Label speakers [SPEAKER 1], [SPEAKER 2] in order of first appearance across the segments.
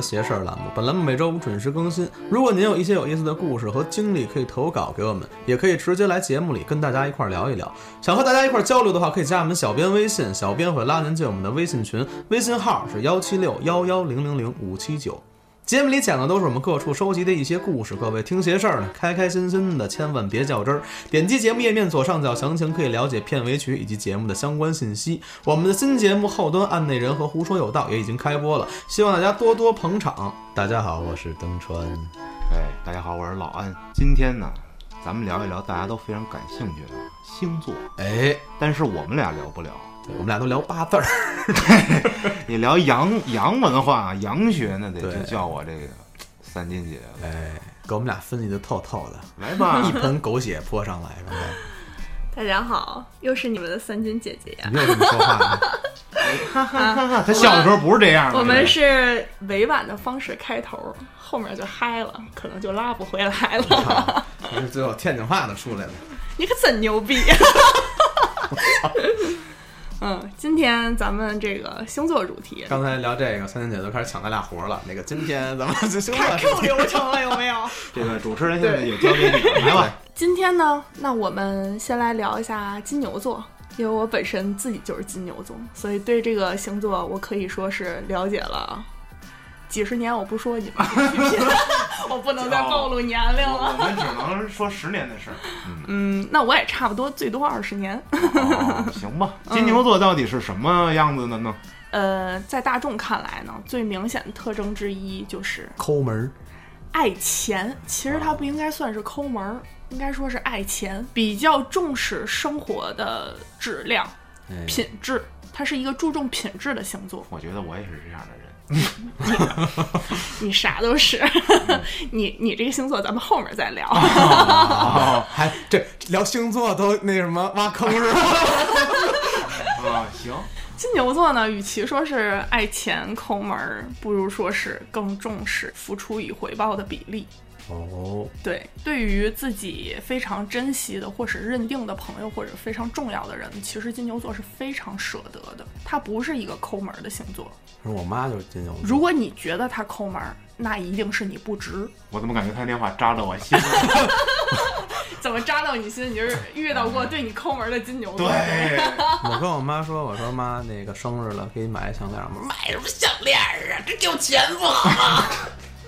[SPEAKER 1] 邪事儿”栏目，本栏目每周五准时更新。如果您有一些有意思的故事和经历，可以投稿给我们，也可以直接来节目里跟大家一块儿聊一聊。想和大家一块儿交流的话，可以加我们小编微信，小编会拉您进我们的微信群，微信号是幺七六幺幺零零零五七九。节目里讲的都是我们各处收集的一些故事，各位听邪事儿呢，开开心心的，千万别较真儿。点击节目页面左上角详情，可以了解片尾曲以及节目的相关信息。我们的新节目后端《案内人》和《胡说有道》也已经开播了，希望大家多多捧场。大家好，我是登川。
[SPEAKER 2] 哎，大家好，我是老安。今天呢，咱们聊一聊大家都非常感兴趣的星座，
[SPEAKER 1] 哎，
[SPEAKER 2] 但是我们俩聊不了。
[SPEAKER 1] 我们俩都聊八字儿，
[SPEAKER 2] 你聊洋洋文化、洋学，那得
[SPEAKER 1] 对
[SPEAKER 2] 就叫我这个三金姐了。
[SPEAKER 1] 哎，给我们俩分析的透透的，
[SPEAKER 2] 来吧
[SPEAKER 1] 一， 盆狗血泼上来，是吧？
[SPEAKER 3] 大家好，又是你们的三金姐姐呀、
[SPEAKER 1] 你又这么说话呢？
[SPEAKER 2] 他小的时候不是这
[SPEAKER 1] 嗯
[SPEAKER 2] 样的。
[SPEAKER 3] 我们是委婉的方式开头，后面就嗨了，可能就拉不回来了。
[SPEAKER 1] 啊你是最后天津话的出来了。
[SPEAKER 3] 你可真牛逼！ 嗯，今天咱们这个星座主题，
[SPEAKER 1] 刚才聊这个，三金姐都开始抢咱俩活儿了。那个，今天咱们就行
[SPEAKER 3] 看
[SPEAKER 1] 了。
[SPEAKER 3] Q 流程了有没有？
[SPEAKER 2] 这个主持人现在也交给你了，来 吧。
[SPEAKER 3] 今天呢，那我们先来聊一下金牛座，因为我本身自己就是金牛座，所以对这个星座我可以说是了解了几十年。我不说你们， 我不能再暴露年龄了。
[SPEAKER 2] 我们只能说十年的事儿。
[SPEAKER 3] 嗯，那我也差不多，最多二十年。
[SPEAKER 2] 哦行吧，金牛座到底是什么样子的呢？
[SPEAKER 3] 呃，在大众看来呢，最明显的特征之一就是
[SPEAKER 1] 抠门儿，
[SPEAKER 3] 爱钱。其实它不应该算是抠门儿，应该说是爱钱，比较重视生活的质量、
[SPEAKER 1] 哎
[SPEAKER 3] 品质。它是一个注重品质的星座，
[SPEAKER 2] 我觉得我也是这样的 人。
[SPEAKER 3] 你啥都是。 你你这个星座，咱们后面再聊。
[SPEAKER 2] 哦
[SPEAKER 1] 还这聊星座都那什么挖坑是吧？
[SPEAKER 2] 啊，行，
[SPEAKER 3] 金牛座呢，与其说是爱钱抠门儿，不如说是更重视付出与回报的比例。
[SPEAKER 1] 哦，
[SPEAKER 3] 对，对于自己非常珍惜的或是认定的朋友或者非常重要的人，其实金牛座是非常舍得的。他不是一个抠门儿的星座。
[SPEAKER 1] 我妈就是金牛座。
[SPEAKER 3] 如果你觉得他抠门儿，那一定是你不值。
[SPEAKER 2] 我怎么感觉他那话扎着我心了？
[SPEAKER 3] 怎么扎到你心？你就是遇到过对你抠门儿的金牛座。
[SPEAKER 2] 对，
[SPEAKER 1] 我跟我妈说，我说妈，那个生日了，给你买一项链吗？买什么哎项链啊？这有钱不好吗？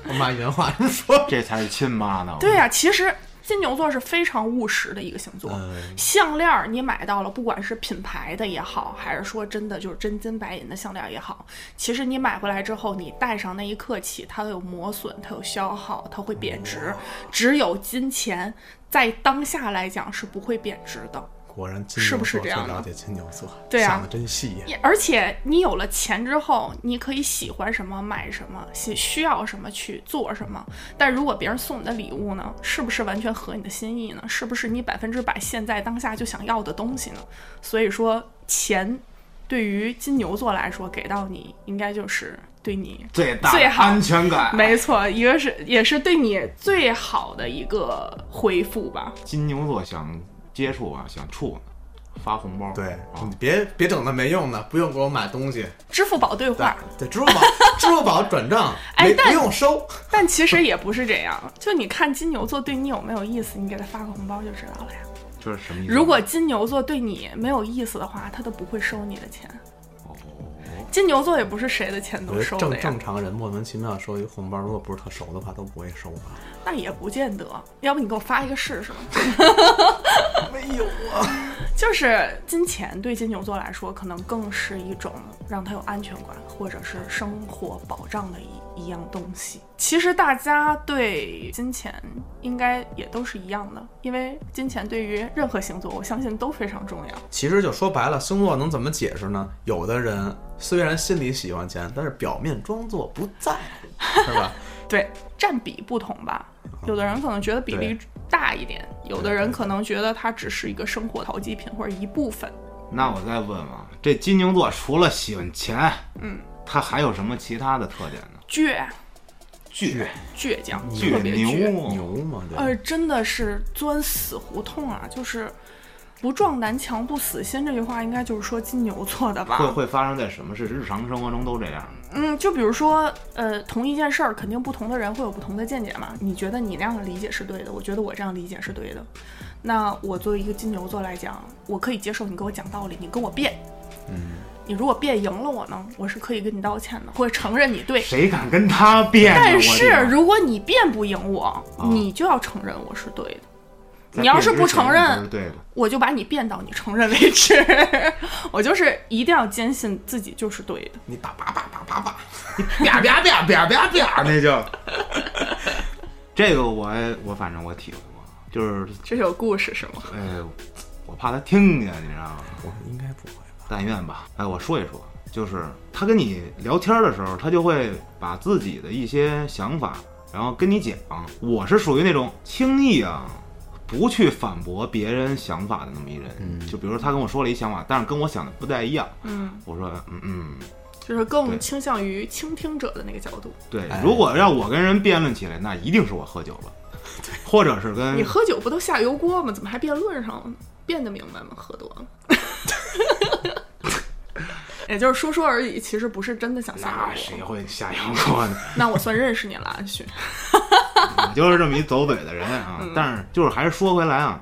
[SPEAKER 1] 我妈原话这么说。
[SPEAKER 2] 这才是亲妈呢。
[SPEAKER 3] 对呀、其实金牛座是非常务实的一个星座。
[SPEAKER 1] 嗯，
[SPEAKER 3] 项链儿你买到了，不管是品牌的也好，还是说真的就是真金白银的项链儿也好，其实你买回来之后，你戴上那一刻起，它有磨损，它有消耗，它会贬值。只有金钱在当下来讲是不会贬值的。
[SPEAKER 1] 果然金
[SPEAKER 3] 是
[SPEAKER 1] 牛
[SPEAKER 3] 不是
[SPEAKER 1] 座最
[SPEAKER 3] 这样的
[SPEAKER 1] 了解金牛座，
[SPEAKER 3] 对啊
[SPEAKER 1] 想的真细呀。
[SPEAKER 3] 也而且你有了钱之后，你可以喜欢什么买什么，喜需要什么去做什么。但如果别人送你的礼物呢，是不是完全合你的心意呢？是不是你百分之百现在当下就想要的东西呢？所以说，钱对于金牛座来说，给到你应该就是对你。
[SPEAKER 2] 最大的
[SPEAKER 3] 最好
[SPEAKER 2] 安全感。
[SPEAKER 3] 没错，一个是也是对你最好的一个回复吧。
[SPEAKER 2] 金牛座想接触啊，想处呢，发红包。
[SPEAKER 1] 对
[SPEAKER 2] 啊，
[SPEAKER 1] 你别别整那没用的，不用给我买东西。
[SPEAKER 3] 支付宝兑
[SPEAKER 1] 对
[SPEAKER 3] 换，
[SPEAKER 1] 对，支付宝支付宝转账，
[SPEAKER 3] 哎
[SPEAKER 1] 没
[SPEAKER 3] 但
[SPEAKER 1] 不用 收。
[SPEAKER 3] 但其实也不是这样。就你看金牛座对你有没有意思，你给他发个红包就知道了呀。
[SPEAKER 2] 这是什么意思？
[SPEAKER 3] 如果金牛座对你没有意思的话，他都不会收你的钱。
[SPEAKER 2] 哦
[SPEAKER 3] 金牛座也不是谁的钱
[SPEAKER 1] 我
[SPEAKER 3] 都
[SPEAKER 1] 觉
[SPEAKER 3] 收
[SPEAKER 1] 得
[SPEAKER 3] 的
[SPEAKER 1] 呃正
[SPEAKER 3] 呀
[SPEAKER 1] 正，常人莫名其妙收一红包，如果不是特熟的话，都不会收吧。
[SPEAKER 3] 那也不见得。要不你给我发一个试试吧？
[SPEAKER 1] 没有啊。
[SPEAKER 3] 就是金钱对金牛座来说，可能更是一种让他有安全感，或者是生活保障的一一样东西。其实大家对金钱应该也都是一样的，因为金钱对于任何星座，我相信都非常重要。
[SPEAKER 1] 其实就说白了，星座能怎么解释呢？有的人虽然心里喜欢钱，但是表面装作不在乎，是 吧？
[SPEAKER 3] 对，占比不同吧。有的人可能觉得比例大一点，有的人可能觉得它只是一个生活调剂品或者一部分。
[SPEAKER 2] 那我再问问啊，这金牛座除了喜欢钱，嗯，他还有什么其他的特点呢？
[SPEAKER 3] 倔
[SPEAKER 2] 倔，
[SPEAKER 3] 倔强，特
[SPEAKER 2] 倔
[SPEAKER 3] 别倔。呃
[SPEAKER 2] 牛，啊
[SPEAKER 1] 牛嘛，对吧。
[SPEAKER 3] 呃，真的是钻死胡同啊！就是不撞南墙不死心这句话，应该就是说金牛座的吧？
[SPEAKER 2] 会会发生在什么事？日常生活中都这样。
[SPEAKER 3] 嗯，就比如说，呃，同一件事儿，肯定不同的人会有不同的见解嘛。你觉得你那样的理解是对的，我觉得我这样理解是对的。那我作为一个金牛座来讲，我可以接受你给我讲道理，你跟我辩。嗯，你如果辩赢了我呢，我是可以跟你道歉的，或者承认你对。
[SPEAKER 2] 谁敢跟他辩呢？
[SPEAKER 3] 但
[SPEAKER 2] 我
[SPEAKER 3] 是
[SPEAKER 2] 天
[SPEAKER 3] 如果你辩不赢我，
[SPEAKER 2] 啊
[SPEAKER 3] 你就要承认我是对的。
[SPEAKER 2] 在
[SPEAKER 3] 你要是
[SPEAKER 2] 辩
[SPEAKER 3] 不
[SPEAKER 2] 之前
[SPEAKER 3] 承
[SPEAKER 2] 你都
[SPEAKER 3] 认
[SPEAKER 2] 是对的，
[SPEAKER 3] 我就把你变到你承认为止。 我就是一定要坚信自己就是对的。
[SPEAKER 2] 你打叭叭叭叭叭，你啪啪啪啪啪啪，那就。 这个我我反正我体会过，就是
[SPEAKER 3] 这是有故事是吗？
[SPEAKER 2] 哎，我怕他听见，你知道吗？
[SPEAKER 1] 我应该不会吧？
[SPEAKER 2] 但愿吧。哎，我说一说，就是他跟你聊天的时候，他就会把自己的一些想法，然后跟你讲。我是属于那种轻易啊，不去反驳别人想法的那么一人。
[SPEAKER 1] 嗯
[SPEAKER 2] 就比如他跟我说了一想法，但是跟我想的不太一样，
[SPEAKER 3] 嗯，
[SPEAKER 2] 我说嗯嗯，
[SPEAKER 3] 就是更
[SPEAKER 2] 对
[SPEAKER 3] 倾向于倾听者的那个角度。
[SPEAKER 2] 对
[SPEAKER 1] 哎。
[SPEAKER 2] 如果让我跟人辩论起来，那一定是我喝酒了，或者是跟
[SPEAKER 3] 你喝酒不都下油锅吗？怎么还辩论上了呢？辩得明白吗？喝多了。 也就是说说而已，其实不是真的想下
[SPEAKER 2] 那
[SPEAKER 3] 油
[SPEAKER 2] 谁
[SPEAKER 3] 锅。
[SPEAKER 2] 会下油锅呢？
[SPEAKER 3] 那我算认识你了，安 旭。
[SPEAKER 2] 我就是这么一走嘴的人啊。
[SPEAKER 3] 嗯
[SPEAKER 2] 但是就是还是说回来啊，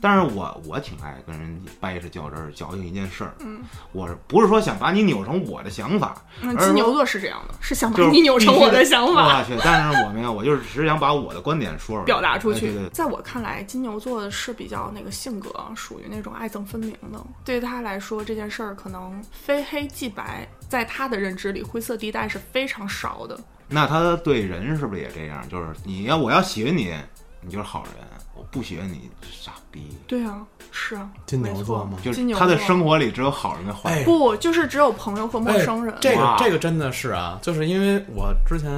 [SPEAKER 2] 但是我我挺爱跟人掰扯较真儿，矫情一件事儿。嗯，我不是说想把你扭成我的想法，
[SPEAKER 3] 那
[SPEAKER 2] 而是
[SPEAKER 3] 金牛
[SPEAKER 2] 说
[SPEAKER 3] 座是这样的，是想把
[SPEAKER 2] 就是
[SPEAKER 3] 你扭成我的想法。
[SPEAKER 2] 我去，但是我没有，我就是只是想把我的观点说出来，
[SPEAKER 3] 表达出
[SPEAKER 2] 哎
[SPEAKER 3] 去
[SPEAKER 2] 对对。对
[SPEAKER 3] 在我看来，金牛座是比较那个性格属于那种爱憎分明的，对他来说这件事儿可能非黑即白，在他的认知里，灰色地带是非常少的。
[SPEAKER 2] 那他对人是不是也这样？就是你要我要喜欢你，你就是好人；我不喜欢你，傻逼。
[SPEAKER 3] 对啊，是啊，
[SPEAKER 1] 金牛座吗
[SPEAKER 3] 没错
[SPEAKER 2] 就
[SPEAKER 3] 金
[SPEAKER 2] 是
[SPEAKER 3] 牛
[SPEAKER 2] 他的
[SPEAKER 3] 座
[SPEAKER 2] 生活里只有好人跟坏人。
[SPEAKER 1] 哎，
[SPEAKER 3] 不就是只有朋友和陌生人？
[SPEAKER 1] 哎这个
[SPEAKER 2] 哇
[SPEAKER 1] 这个真的是啊，就是因为我之前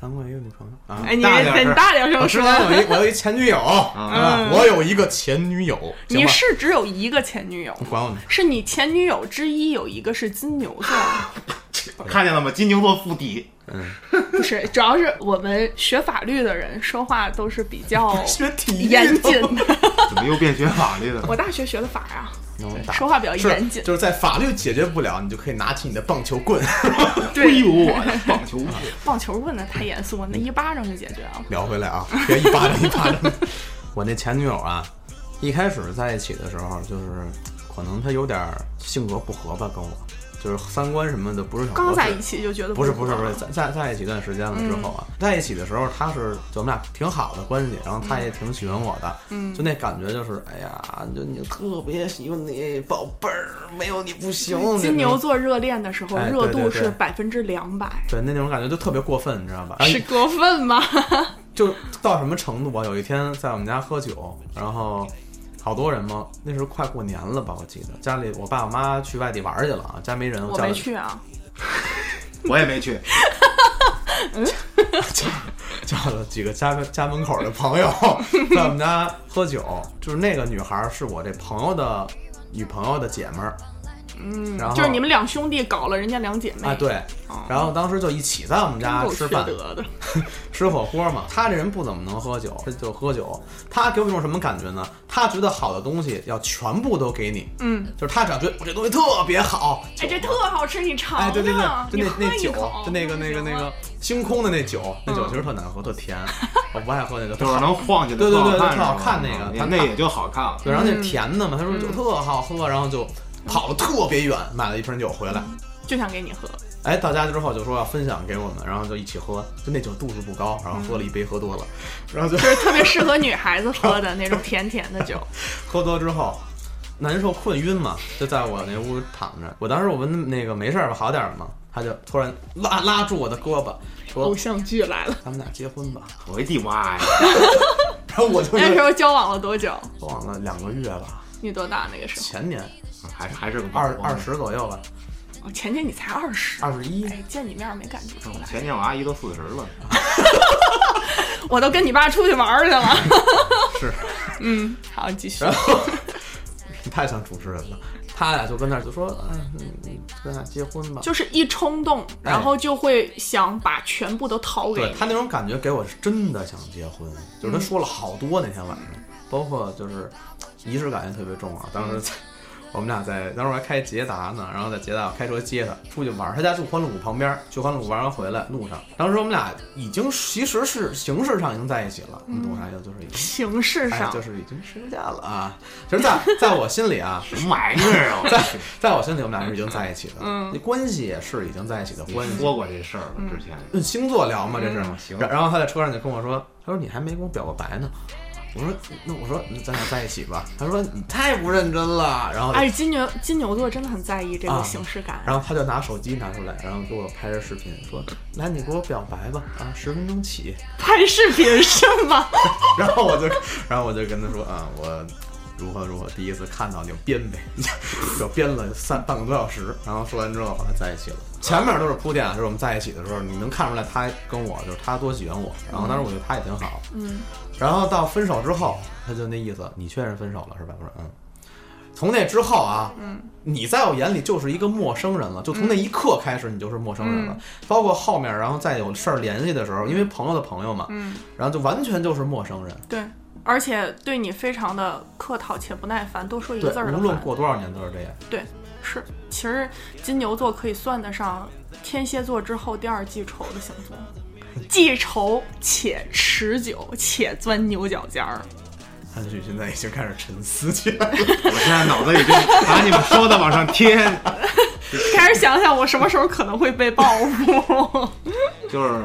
[SPEAKER 1] 谈过一个女朋友啊，
[SPEAKER 3] 哎，你
[SPEAKER 2] 大点
[SPEAKER 3] 你
[SPEAKER 2] 声
[SPEAKER 3] 大点
[SPEAKER 1] 我
[SPEAKER 3] 声
[SPEAKER 1] 之
[SPEAKER 3] 说，嗯
[SPEAKER 1] 前有一我 有一前女友，啊，我有一个前女友，行
[SPEAKER 3] 你
[SPEAKER 1] 吧
[SPEAKER 3] 是只有一个前女友，
[SPEAKER 1] 管我呢？
[SPEAKER 3] 是你前女友之一有一个是金牛座。
[SPEAKER 2] 看见了吗？金牛座附体。
[SPEAKER 3] 不是，主要是我们学法律的人说话都是比较
[SPEAKER 1] 学体育的
[SPEAKER 3] 严谨的。
[SPEAKER 2] 怎么又变学法律了？
[SPEAKER 3] 我大学学的法呀、
[SPEAKER 1] 能
[SPEAKER 3] 啊，
[SPEAKER 1] 打
[SPEAKER 3] 说话比较
[SPEAKER 1] 是
[SPEAKER 3] 严谨。
[SPEAKER 1] 就是在法律解决不了，你就可以拿起你的棒球棍。
[SPEAKER 2] 挥
[SPEAKER 3] 对，
[SPEAKER 2] 舞哎我的棒球棍。
[SPEAKER 3] 棒球问的太严肃，我那一巴掌就解决了。
[SPEAKER 1] 聊回来啊，别一巴掌一巴掌。 我那前女友啊，一开始在一起的时候，就是可能她有点性格不合吧，跟我就是三观什么的不是很合适。
[SPEAKER 3] 刚在一起就觉得
[SPEAKER 1] 不是不是
[SPEAKER 3] 合
[SPEAKER 1] 不是，在在在一起一段时间了之后
[SPEAKER 3] 嗯
[SPEAKER 1] 啊，在一起的时候，他是就我们俩挺好的关系，然后他也挺喜欢我的，嗯，就那感觉就是，哎呀，就你特别喜欢你宝贝儿，没有你不行。
[SPEAKER 3] 金
[SPEAKER 1] 那
[SPEAKER 3] 牛
[SPEAKER 1] 种
[SPEAKER 3] 座热恋的时候，
[SPEAKER 1] 哎对
[SPEAKER 3] 热度
[SPEAKER 1] 对
[SPEAKER 3] 是百分之两百，
[SPEAKER 1] 对那种感觉就特别过分，你知道吧？然后
[SPEAKER 3] 是过分吗？
[SPEAKER 1] 就到什么程度啊？有一天在我们家喝酒，然后好多人嘛，那时候快过年了吧，我记得家里我爸我妈去外地玩去了啊，家没人，
[SPEAKER 3] 我
[SPEAKER 1] 叫
[SPEAKER 3] 没
[SPEAKER 1] 了
[SPEAKER 3] 去啊，
[SPEAKER 2] 我也没去，
[SPEAKER 1] 叫了几个家家门口的朋 友在我们家喝酒，就是那个女孩儿是我这朋友的女朋友的姐们儿，嗯，然后
[SPEAKER 3] 就是你们两兄弟搞了人家两姐妹
[SPEAKER 1] 啊对，
[SPEAKER 3] 哦
[SPEAKER 1] 然后当时就一起在我们
[SPEAKER 3] 真
[SPEAKER 1] 家
[SPEAKER 3] 够
[SPEAKER 1] 吃
[SPEAKER 3] 缺
[SPEAKER 1] 饭
[SPEAKER 3] 德的。
[SPEAKER 1] 吃火锅嘛。他这人不怎么能喝酒，他就喝酒。他给我一种什么感觉呢？他觉得好的东西要全部都给你，
[SPEAKER 3] 嗯，
[SPEAKER 1] 就是他只要觉得我这东西特别好，
[SPEAKER 3] 哎，这特好吃，你尝
[SPEAKER 1] 哎，
[SPEAKER 3] 尝，
[SPEAKER 1] 对对对，
[SPEAKER 3] 你
[SPEAKER 1] 就那
[SPEAKER 3] 喝
[SPEAKER 1] 那
[SPEAKER 3] 一
[SPEAKER 1] 酒
[SPEAKER 3] 口，，
[SPEAKER 1] 就那个那个那个星空的那酒，那
[SPEAKER 3] 嗯
[SPEAKER 1] 酒其实特难喝，特 甜，我不爱喝 那酒，
[SPEAKER 2] 就是能晃起来，
[SPEAKER 1] 对对对
[SPEAKER 2] 特好
[SPEAKER 1] 对特好看
[SPEAKER 2] 是吧
[SPEAKER 1] 那个
[SPEAKER 2] 也
[SPEAKER 1] 它
[SPEAKER 2] 那也就好看了。
[SPEAKER 1] 对，然后那是甜的嘛，他说酒特好喝，然后就跑了特别远，买了一瓶酒回来。
[SPEAKER 3] 就想给你喝。
[SPEAKER 1] 哎，到家之后就说要分享给我们，然后就一起喝。就那酒度数不高，然后喝了一杯，喝多了，然后就
[SPEAKER 3] 就是特别适合女孩子喝的那种甜甜的 酒，
[SPEAKER 1] 喝多之后难受困晕嘛，就在我那屋躺着。我当时我问那个没事儿吧，好点儿了吗？他就突然拉拉住我的胳膊，说
[SPEAKER 3] 偶像剧来了。
[SPEAKER 1] 咱们俩结婚吧。
[SPEAKER 2] 我一地妈呀！
[SPEAKER 1] 然后我就
[SPEAKER 3] 那时候交往了多久？
[SPEAKER 1] 忘了两个月吧，
[SPEAKER 3] 你多大那个时
[SPEAKER 1] 前年
[SPEAKER 2] 还是还是个宝
[SPEAKER 1] 二
[SPEAKER 2] 宝
[SPEAKER 1] 二。十左右吧，
[SPEAKER 3] 候？哦前年你才二十，
[SPEAKER 1] 二十一。
[SPEAKER 3] 哎，见你面儿没感觉出来。
[SPEAKER 2] 嗯前年我阿姨都四十了，
[SPEAKER 3] 我都跟你爸出去玩儿去了。
[SPEAKER 1] 嗯 是，
[SPEAKER 3] 嗯，好，继续
[SPEAKER 1] 然。后 你太像主持人了，他俩就跟那儿就说，嗯，你你咱俩结婚吧。
[SPEAKER 3] 就是一冲动，然后就会想把全部都掏给
[SPEAKER 1] 对嗯
[SPEAKER 3] 你。
[SPEAKER 1] 他那种感觉给我是真的想结婚，就是他说了好多那天晚上，包括就是仪式感也特别重啊。当时在我们俩在当时我还开捷达呢，然后在捷达我开车接他出去玩儿，他家住欢乐谷旁边儿，去欢乐谷玩完回来路上，当时我们俩已经其实是形式上已经在一起了，你懂啥意思？就是已经。
[SPEAKER 3] 形式
[SPEAKER 1] 哎
[SPEAKER 3] 上，，
[SPEAKER 1] 就是已经休假了啊！其实在，在我心里啊，
[SPEAKER 2] 什么玩意儿啊！我去
[SPEAKER 1] 在我心里，我们俩是已经在一起的，
[SPEAKER 3] 嗯
[SPEAKER 1] 那关系也是已经在一起的
[SPEAKER 2] 你
[SPEAKER 1] 关系。
[SPEAKER 2] 说过这事儿了，之前
[SPEAKER 1] 用星座聊嘛，这是。
[SPEAKER 2] 嗯行
[SPEAKER 1] 然然后他在车上就跟我说，他说你还没跟我表过白呢。我说那我说那咱俩在一起吧。他说你太不认真了。然后就、
[SPEAKER 3] 哎，金牛金牛座真的很在意这
[SPEAKER 1] 啊
[SPEAKER 3] 个形式感。
[SPEAKER 1] 然后他就拿手机拿出来，然后给我拍着视频说，来你给我表白吧，啊十分钟起。
[SPEAKER 3] 拍视频是吗？
[SPEAKER 1] 然后我就，然后我就跟他说啊，我如何如何，第一次看到你就编呗， 就编了三半个多小时，然后说完之后，后来在一起了。前面都是铺垫啊，就是我们在一起的时候，你能看出来他跟我就是他多喜欢我，然后当时我觉得他也挺好，
[SPEAKER 3] 嗯，
[SPEAKER 1] 然后到分手之后，他就那意思，你确认分手了是吧？我说嗯。从那之后啊，嗯，你在我眼里就是一个陌生人了，就从那一刻开始，你就是陌生
[SPEAKER 3] 嗯
[SPEAKER 1] 人了。包括后面，然后再有事儿联系的时候，因为朋友的朋友嘛，
[SPEAKER 3] 嗯，
[SPEAKER 1] 然后就完全就是陌生人。
[SPEAKER 3] 对，而且对你非常的客套且不耐烦，多说一
[SPEAKER 1] 对
[SPEAKER 3] 个字，儿
[SPEAKER 1] 无
[SPEAKER 3] 的
[SPEAKER 1] 论
[SPEAKER 3] 烦。
[SPEAKER 1] 过多少年都是这样。
[SPEAKER 3] 对，是，其实金牛座可以算得上天蝎座之后第二记仇的星座，记仇且持久且钻牛角尖儿。
[SPEAKER 1] 韩旭现在已经开始沉思起来了。
[SPEAKER 2] 我现在脑子已经把你们说的往上贴，
[SPEAKER 3] 开始想想我什么时候可能会被报复。
[SPEAKER 2] 就是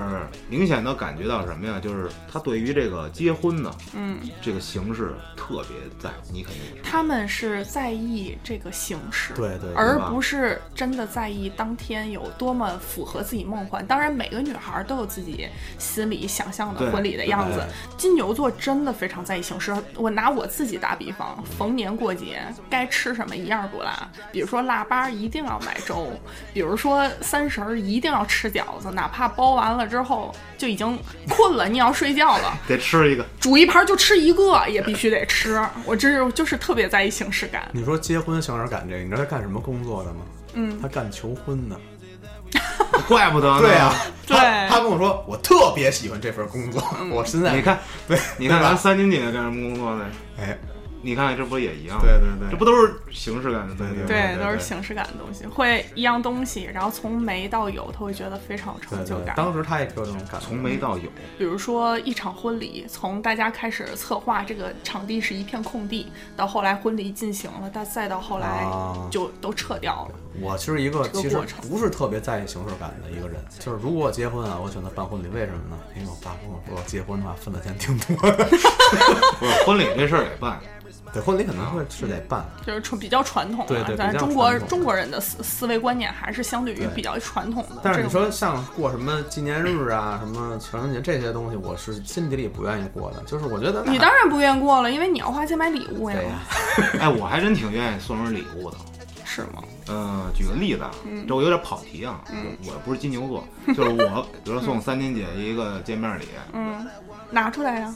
[SPEAKER 2] 明显的感觉到什么呀？就是他对于这个结婚呢，
[SPEAKER 3] 嗯，
[SPEAKER 2] 这个形式特别在乎，你肯定也是。
[SPEAKER 3] 他们是在意这个形式，
[SPEAKER 1] 对对对
[SPEAKER 3] 而
[SPEAKER 2] 吧
[SPEAKER 3] 不是真的在意当天有多么符合自己梦幻。当然，每个女孩都有自己心里想象
[SPEAKER 2] 对
[SPEAKER 3] 的婚礼的样子
[SPEAKER 1] 对。
[SPEAKER 3] 金牛座真的非常在意形式。我拿我自己打比方，逢年过节该吃什么一样不落。比如说腊八儿一定要买粥，比如说三十儿一定要吃饺子，哪怕包完了之后就已经困了，你要睡觉了。
[SPEAKER 2] 得吃一个，
[SPEAKER 3] 煮一盘就吃一个，也必须得吃。我这是就是特别在意形式感。
[SPEAKER 1] 你说结婚形式感这个，你知道他干什么工作的吗？嗯，他干求婚呢。
[SPEAKER 2] 怪不得呢。
[SPEAKER 1] 呀、
[SPEAKER 3] 啊
[SPEAKER 1] 啊
[SPEAKER 3] 对嗯
[SPEAKER 1] 他他跟我说，我特别喜欢这份工作，我现在
[SPEAKER 2] 你看，
[SPEAKER 1] 对，
[SPEAKER 2] 你看
[SPEAKER 1] 对吧
[SPEAKER 2] 咱三金姐干什么工作的？
[SPEAKER 1] 哎，
[SPEAKER 2] 你看这不也一样？
[SPEAKER 1] 对，对对，
[SPEAKER 2] 这不都是形式感的东西吗？
[SPEAKER 1] 对对
[SPEAKER 3] 都是形式感的东西，会一样东西，然后从没到有，他会觉得非常有
[SPEAKER 1] 对
[SPEAKER 3] 成就
[SPEAKER 1] 对对
[SPEAKER 3] 感。
[SPEAKER 1] 当时他也给我这种感觉，
[SPEAKER 2] 从没到有，
[SPEAKER 3] 比如说一场婚礼，从大家开始策划这个场地是一片空地，到后来婚礼进行了，但再到后来
[SPEAKER 1] 啊
[SPEAKER 3] 就都撤掉了。
[SPEAKER 1] 我是一个
[SPEAKER 3] 这个
[SPEAKER 1] 其实
[SPEAKER 3] 过程
[SPEAKER 1] 不是特别在意形式感的一个人，就是如果我结婚啊，我选择办婚礼，为什么呢？因为我爸跟我说，结婚的话分的钱挺多的，
[SPEAKER 2] 不是婚礼这事儿也办，
[SPEAKER 1] 对，婚礼肯定会是得办，
[SPEAKER 3] 就是传比较传统
[SPEAKER 1] 对
[SPEAKER 3] 了
[SPEAKER 1] 对，比
[SPEAKER 3] 咱
[SPEAKER 1] 较
[SPEAKER 3] 中国
[SPEAKER 1] 传统
[SPEAKER 3] 中国人的思思维观念还是相对于
[SPEAKER 1] 对
[SPEAKER 3] 比较传统的。
[SPEAKER 1] 但是你
[SPEAKER 3] 这个
[SPEAKER 1] 说像过什么纪念日啊、什么情人节这些东西，我是心底里不愿意过的。就是我觉得
[SPEAKER 3] 你当然不愿过了，因为你要花钱买礼物呀
[SPEAKER 1] 对，呀、
[SPEAKER 2] 哎，我还真挺愿意送人礼物的。
[SPEAKER 3] 是吗？
[SPEAKER 2] 呃，举个例子啊，
[SPEAKER 3] 嗯
[SPEAKER 2] 这我有点跑题啊，我我不是金牛座，就是我， 比如说送三金姐一个见面礼，
[SPEAKER 3] 嗯，拿出来呀、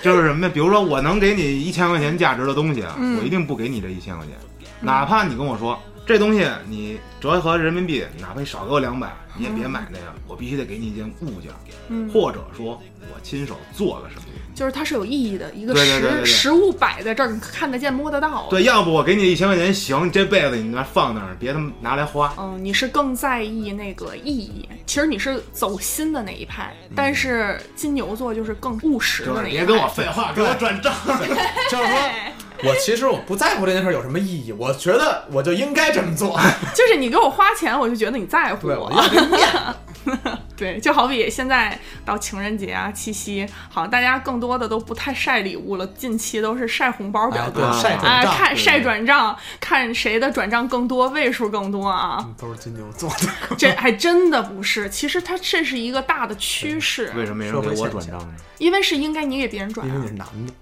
[SPEAKER 2] 就是什么呀？比如说我能给你一千块钱价值的东西啊，
[SPEAKER 3] 嗯
[SPEAKER 2] 我一定不给你这一千块钱，哪怕你跟我说这东西你折合人民币，哪怕你少给我两百，你也别买那个，我必须得给你一件物件，
[SPEAKER 3] 嗯
[SPEAKER 2] 或者说我亲手做个什么。
[SPEAKER 3] 就是它是有意义的，一个
[SPEAKER 2] 对对
[SPEAKER 3] 实
[SPEAKER 2] 对对对
[SPEAKER 3] 实物摆在这儿，你看得见摸得到。，
[SPEAKER 2] 对，要不我给你一千块钱，行，你这辈子你拿放那儿，别他妈拿来花。
[SPEAKER 3] 嗯，你是更在意那个意义，其实你是走心的那一派，但是金牛座就是更务实
[SPEAKER 2] 就
[SPEAKER 3] 的
[SPEAKER 2] 是
[SPEAKER 3] 那一派。
[SPEAKER 2] 嗯别跟我废话，给我转账。
[SPEAKER 1] 就是说
[SPEAKER 3] 哎。
[SPEAKER 1] 我其实我不在乎这件事有什么意义，我觉得我就应该这么做。
[SPEAKER 3] 就是你给我花钱，我就觉得你在乎
[SPEAKER 1] 哎对，我
[SPEAKER 3] 我。
[SPEAKER 1] 要给面子。
[SPEAKER 3] 对，就好比现在到情人节啊、七夕，好像大家更多的都不太晒礼物了，近期都是晒红包比较
[SPEAKER 1] 哎，
[SPEAKER 3] 多。
[SPEAKER 1] 对，晒
[SPEAKER 3] 啊
[SPEAKER 1] 转，账、
[SPEAKER 3] 看
[SPEAKER 2] 对
[SPEAKER 3] 晒转账，看谁的转账更多，位数更多啊！
[SPEAKER 1] 嗯都是金牛座的。
[SPEAKER 3] 这还真的不是，其实它这是一个大的趋势，
[SPEAKER 2] 为什么没人给我转账呢？
[SPEAKER 3] 因为是应该你给别人转
[SPEAKER 1] 因为
[SPEAKER 3] 啊
[SPEAKER 1] 你。是男的，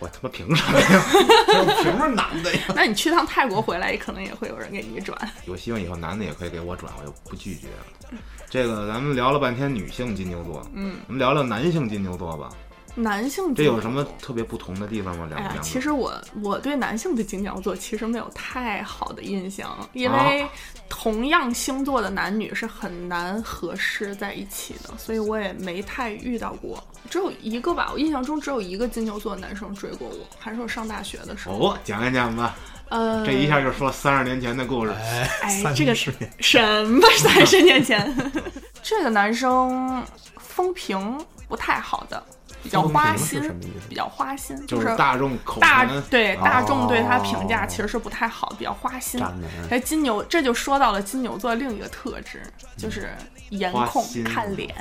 [SPEAKER 2] 我他妈凭什么呀？
[SPEAKER 1] 我凭什么是男的呀？
[SPEAKER 3] 那你去趟泰国回来，也可能也会有人给你转。
[SPEAKER 2] 我希望以后男的也可以给我转，我就不拒绝了。这个咱们聊了半天女性金牛座，嗯，咱们聊聊男性金牛座吧。
[SPEAKER 3] 男性
[SPEAKER 2] 这
[SPEAKER 3] 金牛
[SPEAKER 2] 有
[SPEAKER 3] 座
[SPEAKER 2] 什么特别不同的地方吗？两
[SPEAKER 3] 哎
[SPEAKER 2] 个
[SPEAKER 3] 呀，
[SPEAKER 2] 两
[SPEAKER 3] 其
[SPEAKER 2] 个
[SPEAKER 3] 实我我对男性的金牛座其实没有太好的印象，因
[SPEAKER 2] 啊
[SPEAKER 3] 为同样星座的男女是很难合适在一起的，所以我也没太遇到过。只有一个吧，我印象中只有一个金牛座男生追过我，还是我上大学的时候。
[SPEAKER 2] 哦，讲一讲吧，
[SPEAKER 3] 呃，
[SPEAKER 2] 这一下就说三十年前的故事，
[SPEAKER 1] 哎
[SPEAKER 3] 哎
[SPEAKER 1] 三
[SPEAKER 3] 这个
[SPEAKER 1] 十年
[SPEAKER 3] 什么三十年前？ 这个男生风评不太好的，比较
[SPEAKER 1] 风评
[SPEAKER 3] 花
[SPEAKER 1] 是
[SPEAKER 3] 心
[SPEAKER 1] 什么意思，
[SPEAKER 3] 比较花心，
[SPEAKER 2] 就
[SPEAKER 3] 就是
[SPEAKER 2] 是大众口
[SPEAKER 3] 大
[SPEAKER 2] 传
[SPEAKER 3] 对大众对他评价
[SPEAKER 1] 哦
[SPEAKER 3] 其实是不太好，比较花心
[SPEAKER 1] 渣男。啊
[SPEAKER 3] 哎，金牛这就说到了金牛座另一个特质，就是
[SPEAKER 1] 嗯
[SPEAKER 3] 颜
[SPEAKER 2] 花
[SPEAKER 3] 控
[SPEAKER 2] 心
[SPEAKER 3] 看脸。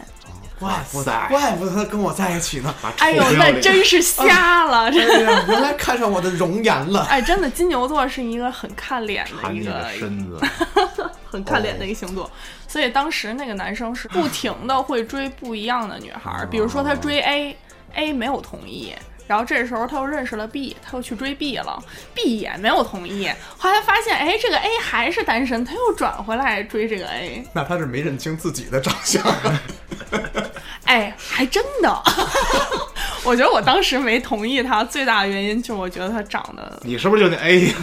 [SPEAKER 1] 哇
[SPEAKER 2] 塞
[SPEAKER 1] 怪哎不得他跟我在一起 呢。
[SPEAKER 2] 把臭
[SPEAKER 3] 哎呦
[SPEAKER 2] 不，要
[SPEAKER 3] 那
[SPEAKER 2] 脸
[SPEAKER 3] 真是 瞎了！
[SPEAKER 1] 哎呀，原来看上我的容颜了。
[SPEAKER 3] 哎，真的，金牛座是一个很看脸的
[SPEAKER 2] 馋
[SPEAKER 3] 一
[SPEAKER 2] 你
[SPEAKER 3] 个
[SPEAKER 2] 的身子，
[SPEAKER 3] 很看脸的一个星座，所以当时那个男生是不停的会追不一样的女孩儿，比如说他追 A，A 没有同意。然后这时候他又认识了 B，他又去追 B 了，B 也没有同意。后来发现，哎，这个 A 还是单身，他又转回来追这个 A，
[SPEAKER 1] 那他是没认清自己的长相，
[SPEAKER 3] 哎，还真的。 我觉得我当时没同意他，最大的原因就是我觉得他长得
[SPEAKER 2] 你是不是就那 A？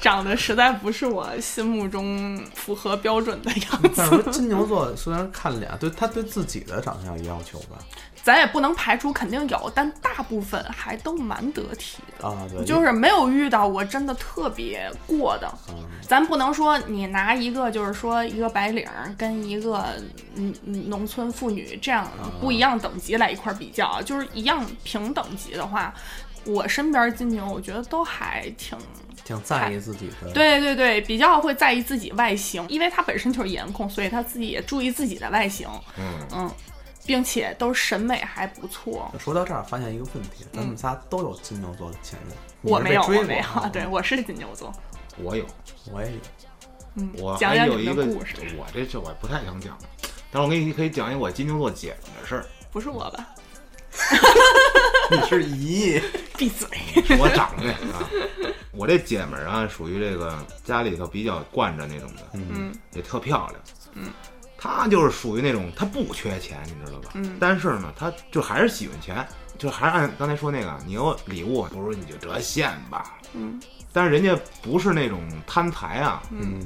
[SPEAKER 3] 长得实在不是我心目中符合标准的样子。
[SPEAKER 1] 但是说金牛座虽然看脸，对他对自己的长相有要求吧？
[SPEAKER 3] 咱也不能排除肯定有，但大部分还都蛮得体的。
[SPEAKER 1] 啊，对，
[SPEAKER 3] 就是没有遇到过真的特别过的，
[SPEAKER 1] 嗯
[SPEAKER 3] 咱不能说你拿一个就是说一个白领儿跟一个嗯嗯农村妇女这样不一样等级来一块儿比较，就是一样平等级的话，我身边金牛我觉得都还挺
[SPEAKER 1] 挺在意自己的。，
[SPEAKER 3] 对对对，比较会在意自己外形，因为他本身就是颜控，所以他自己也注意自己的外形，
[SPEAKER 2] 嗯，
[SPEAKER 3] 嗯，并且都审美还不错，
[SPEAKER 1] 说到这儿，发现一个问题，咱们仨都有金牛座的前任。你
[SPEAKER 3] 嗯我
[SPEAKER 1] 是
[SPEAKER 3] 没
[SPEAKER 1] 被
[SPEAKER 3] 有，
[SPEAKER 1] 追
[SPEAKER 3] 我没
[SPEAKER 1] 过
[SPEAKER 2] 啊
[SPEAKER 3] 有，
[SPEAKER 1] 吗
[SPEAKER 3] 对，我是金牛座。
[SPEAKER 2] 我有，
[SPEAKER 1] 我也有。
[SPEAKER 3] 嗯，
[SPEAKER 2] 我
[SPEAKER 3] 讲
[SPEAKER 2] 还
[SPEAKER 3] 讲
[SPEAKER 2] 有
[SPEAKER 3] 你
[SPEAKER 2] 一
[SPEAKER 3] 们
[SPEAKER 2] 个
[SPEAKER 3] 的故事，，
[SPEAKER 2] 我这这我不太想讲，但是我给你可以讲一我金牛座姐们的事儿，
[SPEAKER 3] 不是我 吧？
[SPEAKER 1] 你是姨，
[SPEAKER 3] 闭嘴！
[SPEAKER 2] 是我长辈啊。我这姐们儿啊，属于这个家里头比较惯着那种的，
[SPEAKER 3] 嗯
[SPEAKER 2] 也特漂亮。嗯，她就是属于那种她不缺钱，你知道吧？
[SPEAKER 3] 嗯
[SPEAKER 2] 但是呢，她就还是喜欢钱，就还是按刚才说那个，你有礼物，不如你就折现吧。
[SPEAKER 3] 嗯
[SPEAKER 2] 但是人家不是那种贪财啊，
[SPEAKER 1] 嗯，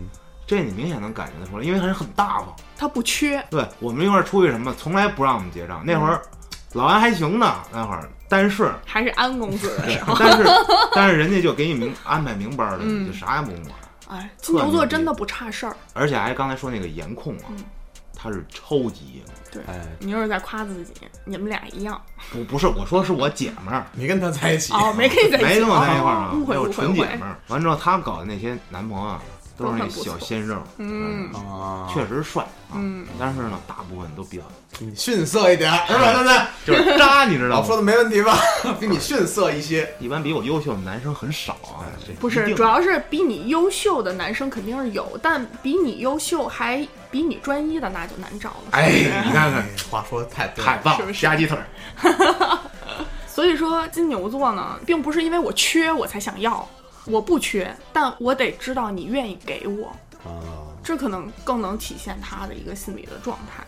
[SPEAKER 2] 这你明显能感觉得出来，因为人很大方。
[SPEAKER 3] 他不缺，
[SPEAKER 2] 对我们一块儿出去什么，从来不让我们结账。那会
[SPEAKER 3] 嗯
[SPEAKER 2] 儿、老安还行呢，那会儿，但 是
[SPEAKER 3] 还是安公子 的
[SPEAKER 2] 对
[SPEAKER 3] 少。，
[SPEAKER 2] 但是但是人家就给你明安排明白了，
[SPEAKER 3] 嗯
[SPEAKER 2] 你就啥也不用管，
[SPEAKER 3] 哎，金牛座真的不差事儿。
[SPEAKER 2] 而且还刚才说那个颜控啊
[SPEAKER 3] 嗯，
[SPEAKER 2] 他是超级颜控，
[SPEAKER 1] 哎，
[SPEAKER 3] 你又是在夸自己，你们俩一 样。
[SPEAKER 2] 不不是我说是我姐们儿，
[SPEAKER 1] 没跟他在一起，
[SPEAKER 3] 哦，没 跟你在一起，
[SPEAKER 2] 没跟我在一块儿
[SPEAKER 3] 哦
[SPEAKER 2] 啊，
[SPEAKER 3] 误会误
[SPEAKER 2] 我
[SPEAKER 3] 会
[SPEAKER 2] 纯
[SPEAKER 3] 误
[SPEAKER 2] 姐
[SPEAKER 3] 会
[SPEAKER 2] 们。儿。完之后，他搞的那些男朋友啊，都是那小鲜肉，
[SPEAKER 3] 嗯
[SPEAKER 1] 啊，
[SPEAKER 2] 确实帅啊
[SPEAKER 3] 嗯，
[SPEAKER 2] 但是呢，大部分都比较
[SPEAKER 1] 你逊色一点，是
[SPEAKER 3] 嗯
[SPEAKER 1] 吧，丹丹？
[SPEAKER 2] 就是渣，你知道
[SPEAKER 1] 老说
[SPEAKER 2] 吗？
[SPEAKER 1] 的没问题吧？比你逊色一些。
[SPEAKER 2] 一般比我优秀的男生很少啊，
[SPEAKER 1] 哎
[SPEAKER 2] 这
[SPEAKER 3] 不
[SPEAKER 2] 一
[SPEAKER 3] 是，
[SPEAKER 2] 定
[SPEAKER 3] 主要是比你优秀的男生肯定是有，但比你优秀还比你专一的那就难找了。
[SPEAKER 2] 哎，你看看
[SPEAKER 1] 哎。话说的太对了
[SPEAKER 2] 太棒
[SPEAKER 3] 是
[SPEAKER 2] 了，
[SPEAKER 3] 不是
[SPEAKER 2] 夹鸡腿儿，
[SPEAKER 3] 所以说金牛座呢，并不是因为我缺我才想要，我不缺，但我得知道你愿意给我，
[SPEAKER 1] 啊！
[SPEAKER 3] 这可能更能体现他的一个心理的状态。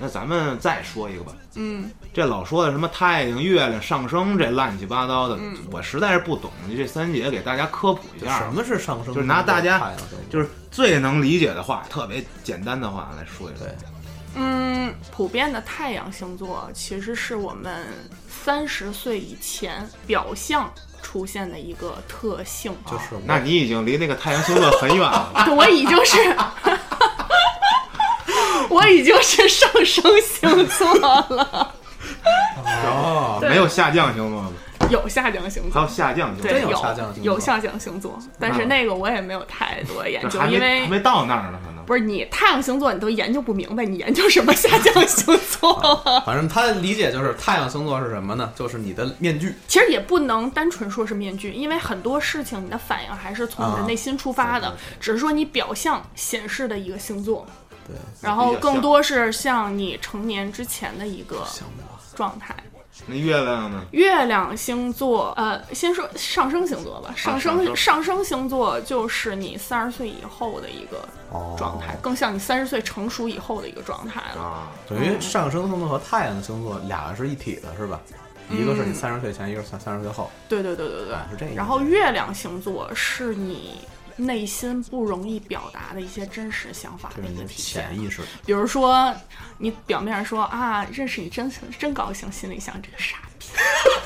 [SPEAKER 2] 那咱们再说一个吧。
[SPEAKER 3] 嗯，
[SPEAKER 2] 这老说的什么太阳、月亮上升这乱七八糟的，
[SPEAKER 3] 嗯
[SPEAKER 2] 我实在是不懂。你这三姐给大家科普一下，
[SPEAKER 1] 什么是上升？
[SPEAKER 2] 就是拿大家
[SPEAKER 1] 太阳升
[SPEAKER 2] 就是最能理解的话，特别简单的话来说一说。
[SPEAKER 1] 对
[SPEAKER 3] 嗯，普遍的太阳星座其实是我们三十岁以前表象出现的一个特性啊，
[SPEAKER 1] 就是
[SPEAKER 2] 那你已经离那个太阳星座很远了。
[SPEAKER 3] 我已经是， 我已经是上升星座了，
[SPEAKER 1] 哦，
[SPEAKER 3] 对
[SPEAKER 2] 没有下降星座吗？
[SPEAKER 3] 有下降星
[SPEAKER 2] 还有
[SPEAKER 3] 座。
[SPEAKER 2] 下降星座，
[SPEAKER 3] 对，
[SPEAKER 1] 真
[SPEAKER 3] 有
[SPEAKER 1] 有下降星座
[SPEAKER 3] 有下降星座，但是那个我也没有太多研
[SPEAKER 2] 这
[SPEAKER 3] 究
[SPEAKER 2] 还，
[SPEAKER 3] 因
[SPEAKER 2] 没还
[SPEAKER 3] 为
[SPEAKER 2] 没到那儿呢，可能。
[SPEAKER 3] 不是你太阳星座你都研究不明白，你研究什么下降星座？
[SPEAKER 1] 反正他的理解就是太阳星座是什么呢？就是你的面具，
[SPEAKER 3] 其实也不能单纯说是面具，因为很多事情你的反应还是从你的内心出发的，
[SPEAKER 1] 啊
[SPEAKER 3] 只是说你表象显示的一个星座，
[SPEAKER 1] 对，
[SPEAKER 3] 然后更多是像你成年之前的一个
[SPEAKER 1] 想不到
[SPEAKER 3] 状态。
[SPEAKER 2] 那月亮呢？
[SPEAKER 3] 月亮星座，呃，先说上升星座吧。上升、
[SPEAKER 2] 上升
[SPEAKER 3] 上升星座就是你三十岁以后的一个
[SPEAKER 1] 哦
[SPEAKER 3] 状态，更像你三十岁成熟以后的一个状态了。
[SPEAKER 2] 啊，
[SPEAKER 1] 等于上升星座和太阳星座俩是一体的，是吧？一个是你三十岁前，一个是三三十岁后，
[SPEAKER 3] 对对对对对，
[SPEAKER 1] 啊是这样
[SPEAKER 3] 然后月亮星座是你内心不容易表达的一些真实想法
[SPEAKER 1] 这
[SPEAKER 3] 的
[SPEAKER 1] 是
[SPEAKER 3] 一
[SPEAKER 1] 你
[SPEAKER 3] 个
[SPEAKER 1] 的
[SPEAKER 3] 体现
[SPEAKER 1] 潜。意识。
[SPEAKER 3] 比如说，你表面上说啊，认识你真真高兴，心里想这个傻逼，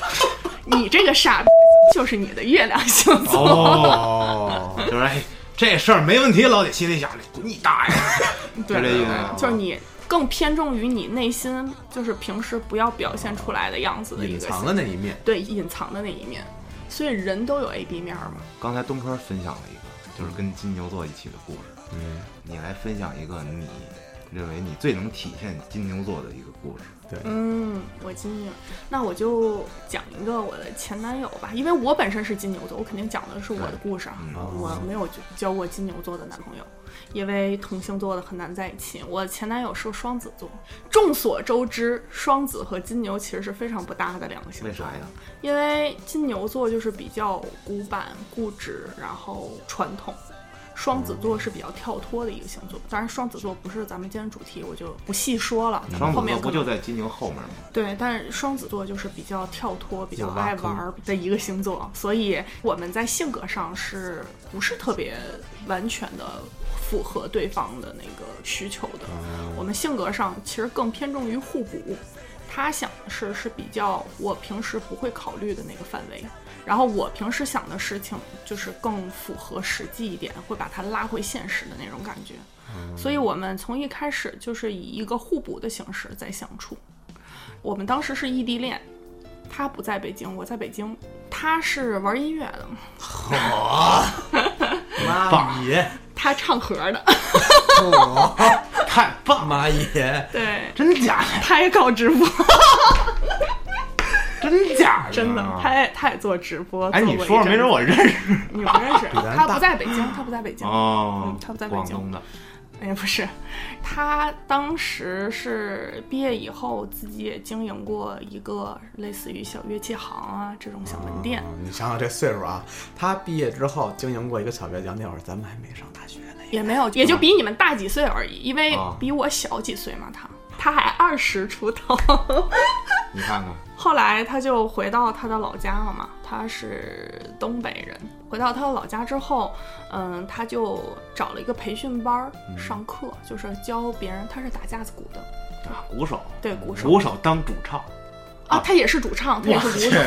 [SPEAKER 3] 你这个傻逼就是你的月亮星座。
[SPEAKER 2] 哦，就是哎，这事儿没问题，老得心里想，滚你大爷！
[SPEAKER 3] 对，
[SPEAKER 2] 就这意
[SPEAKER 1] 哦
[SPEAKER 2] 思
[SPEAKER 3] 就是你更偏重于你内心，就是平时不要表现出来的样子的一
[SPEAKER 1] 隐
[SPEAKER 3] 个
[SPEAKER 1] 藏
[SPEAKER 3] 性
[SPEAKER 1] 的那一面，
[SPEAKER 3] 对隐藏的那一面。所以人都有 A B 面嘛，
[SPEAKER 2] 刚才东坡分享了一个，就是跟金牛座一起的故事。
[SPEAKER 1] 嗯，
[SPEAKER 2] 你来分享一个你认为你最能体现金牛座的一个故事。
[SPEAKER 1] 对，
[SPEAKER 3] 嗯，我金牛，那我就讲一个我的前男友吧，因为我本身是金牛座，我肯定讲的是我的故事啊，
[SPEAKER 2] 嗯
[SPEAKER 3] 我没有交过金牛座的男朋友，因为同星座的很难在一起。我前男友是双子座，众所周知，双子和金牛其实是非常不搭的两个星座。
[SPEAKER 2] 为啥呀？
[SPEAKER 3] 因为金牛座就是比较古板、固执，然后传统。双子座是比较跳脱的一个星座，当然双子座不是咱们今天主题，我就不细说了。
[SPEAKER 2] 双
[SPEAKER 3] 后
[SPEAKER 2] 子座
[SPEAKER 3] 面有
[SPEAKER 2] 不
[SPEAKER 3] 可
[SPEAKER 2] 就
[SPEAKER 3] 能
[SPEAKER 2] 在金牛后面吗？
[SPEAKER 3] 对，但是双子座就是比较跳脱、比较
[SPEAKER 1] 有挖
[SPEAKER 3] 爱
[SPEAKER 1] 坑
[SPEAKER 3] 玩儿的一个星座，所以我们在性格上是不是特别完全的符合对方的那个需求的？
[SPEAKER 1] 哦
[SPEAKER 3] 我们性格上其实更偏重于互补。他想的是是比较我平时不会考虑的那个范围，然后我平时想的事情就是更符合实际一点，会把它拉回现实的那种感觉。
[SPEAKER 1] 哦
[SPEAKER 3] 所以我们从一开始就是以一个互补的形式在相处。我们当时是异地恋，他不在北京，我在北京，他是玩音乐的，
[SPEAKER 1] 妈耶，
[SPEAKER 3] 他唱和的，
[SPEAKER 2] 太棒！
[SPEAKER 1] 妈耶，
[SPEAKER 3] 对，
[SPEAKER 2] 真假 的？
[SPEAKER 3] 他也搞直
[SPEAKER 2] 哎
[SPEAKER 3] 播，
[SPEAKER 2] 真假的？
[SPEAKER 3] 真的，他也他也做直播。
[SPEAKER 2] 哎，
[SPEAKER 3] 做
[SPEAKER 2] 你
[SPEAKER 3] 过一
[SPEAKER 2] 说说，
[SPEAKER 3] 阵
[SPEAKER 2] 没准我认识。
[SPEAKER 3] 子你不 认识，
[SPEAKER 1] 咱
[SPEAKER 3] 他
[SPEAKER 1] 大
[SPEAKER 3] 不在北京，他不在北京，
[SPEAKER 2] 哦
[SPEAKER 3] 嗯他不在北
[SPEAKER 2] 广
[SPEAKER 3] 京
[SPEAKER 2] 东的，
[SPEAKER 3] 哎，不是，他当时是毕业以后自己也经营过一个类似于小乐器行啊这种小门
[SPEAKER 2] 哦
[SPEAKER 3] 店，
[SPEAKER 1] 嗯你想想这岁数啊，他毕业之后经营过一个小乐器，那会儿咱们还没上大学呢。
[SPEAKER 3] 也没有，也就比你们大几岁而已，因为
[SPEAKER 2] 啊
[SPEAKER 3] 比我小几岁嘛，他他还二十出头。
[SPEAKER 2] 你看看，
[SPEAKER 3] 后来他就回到他的老家了嘛，他是东北人。回到他的老家之后，嗯，他就找了一个培训班儿上课，就是教别人。他是打架子鼓的，
[SPEAKER 2] 啊鼓手，
[SPEAKER 3] 对鼓手
[SPEAKER 2] 鼓手当主唱，
[SPEAKER 3] 啊，他也是主唱，他也是鼓手，
[SPEAKER 2] 去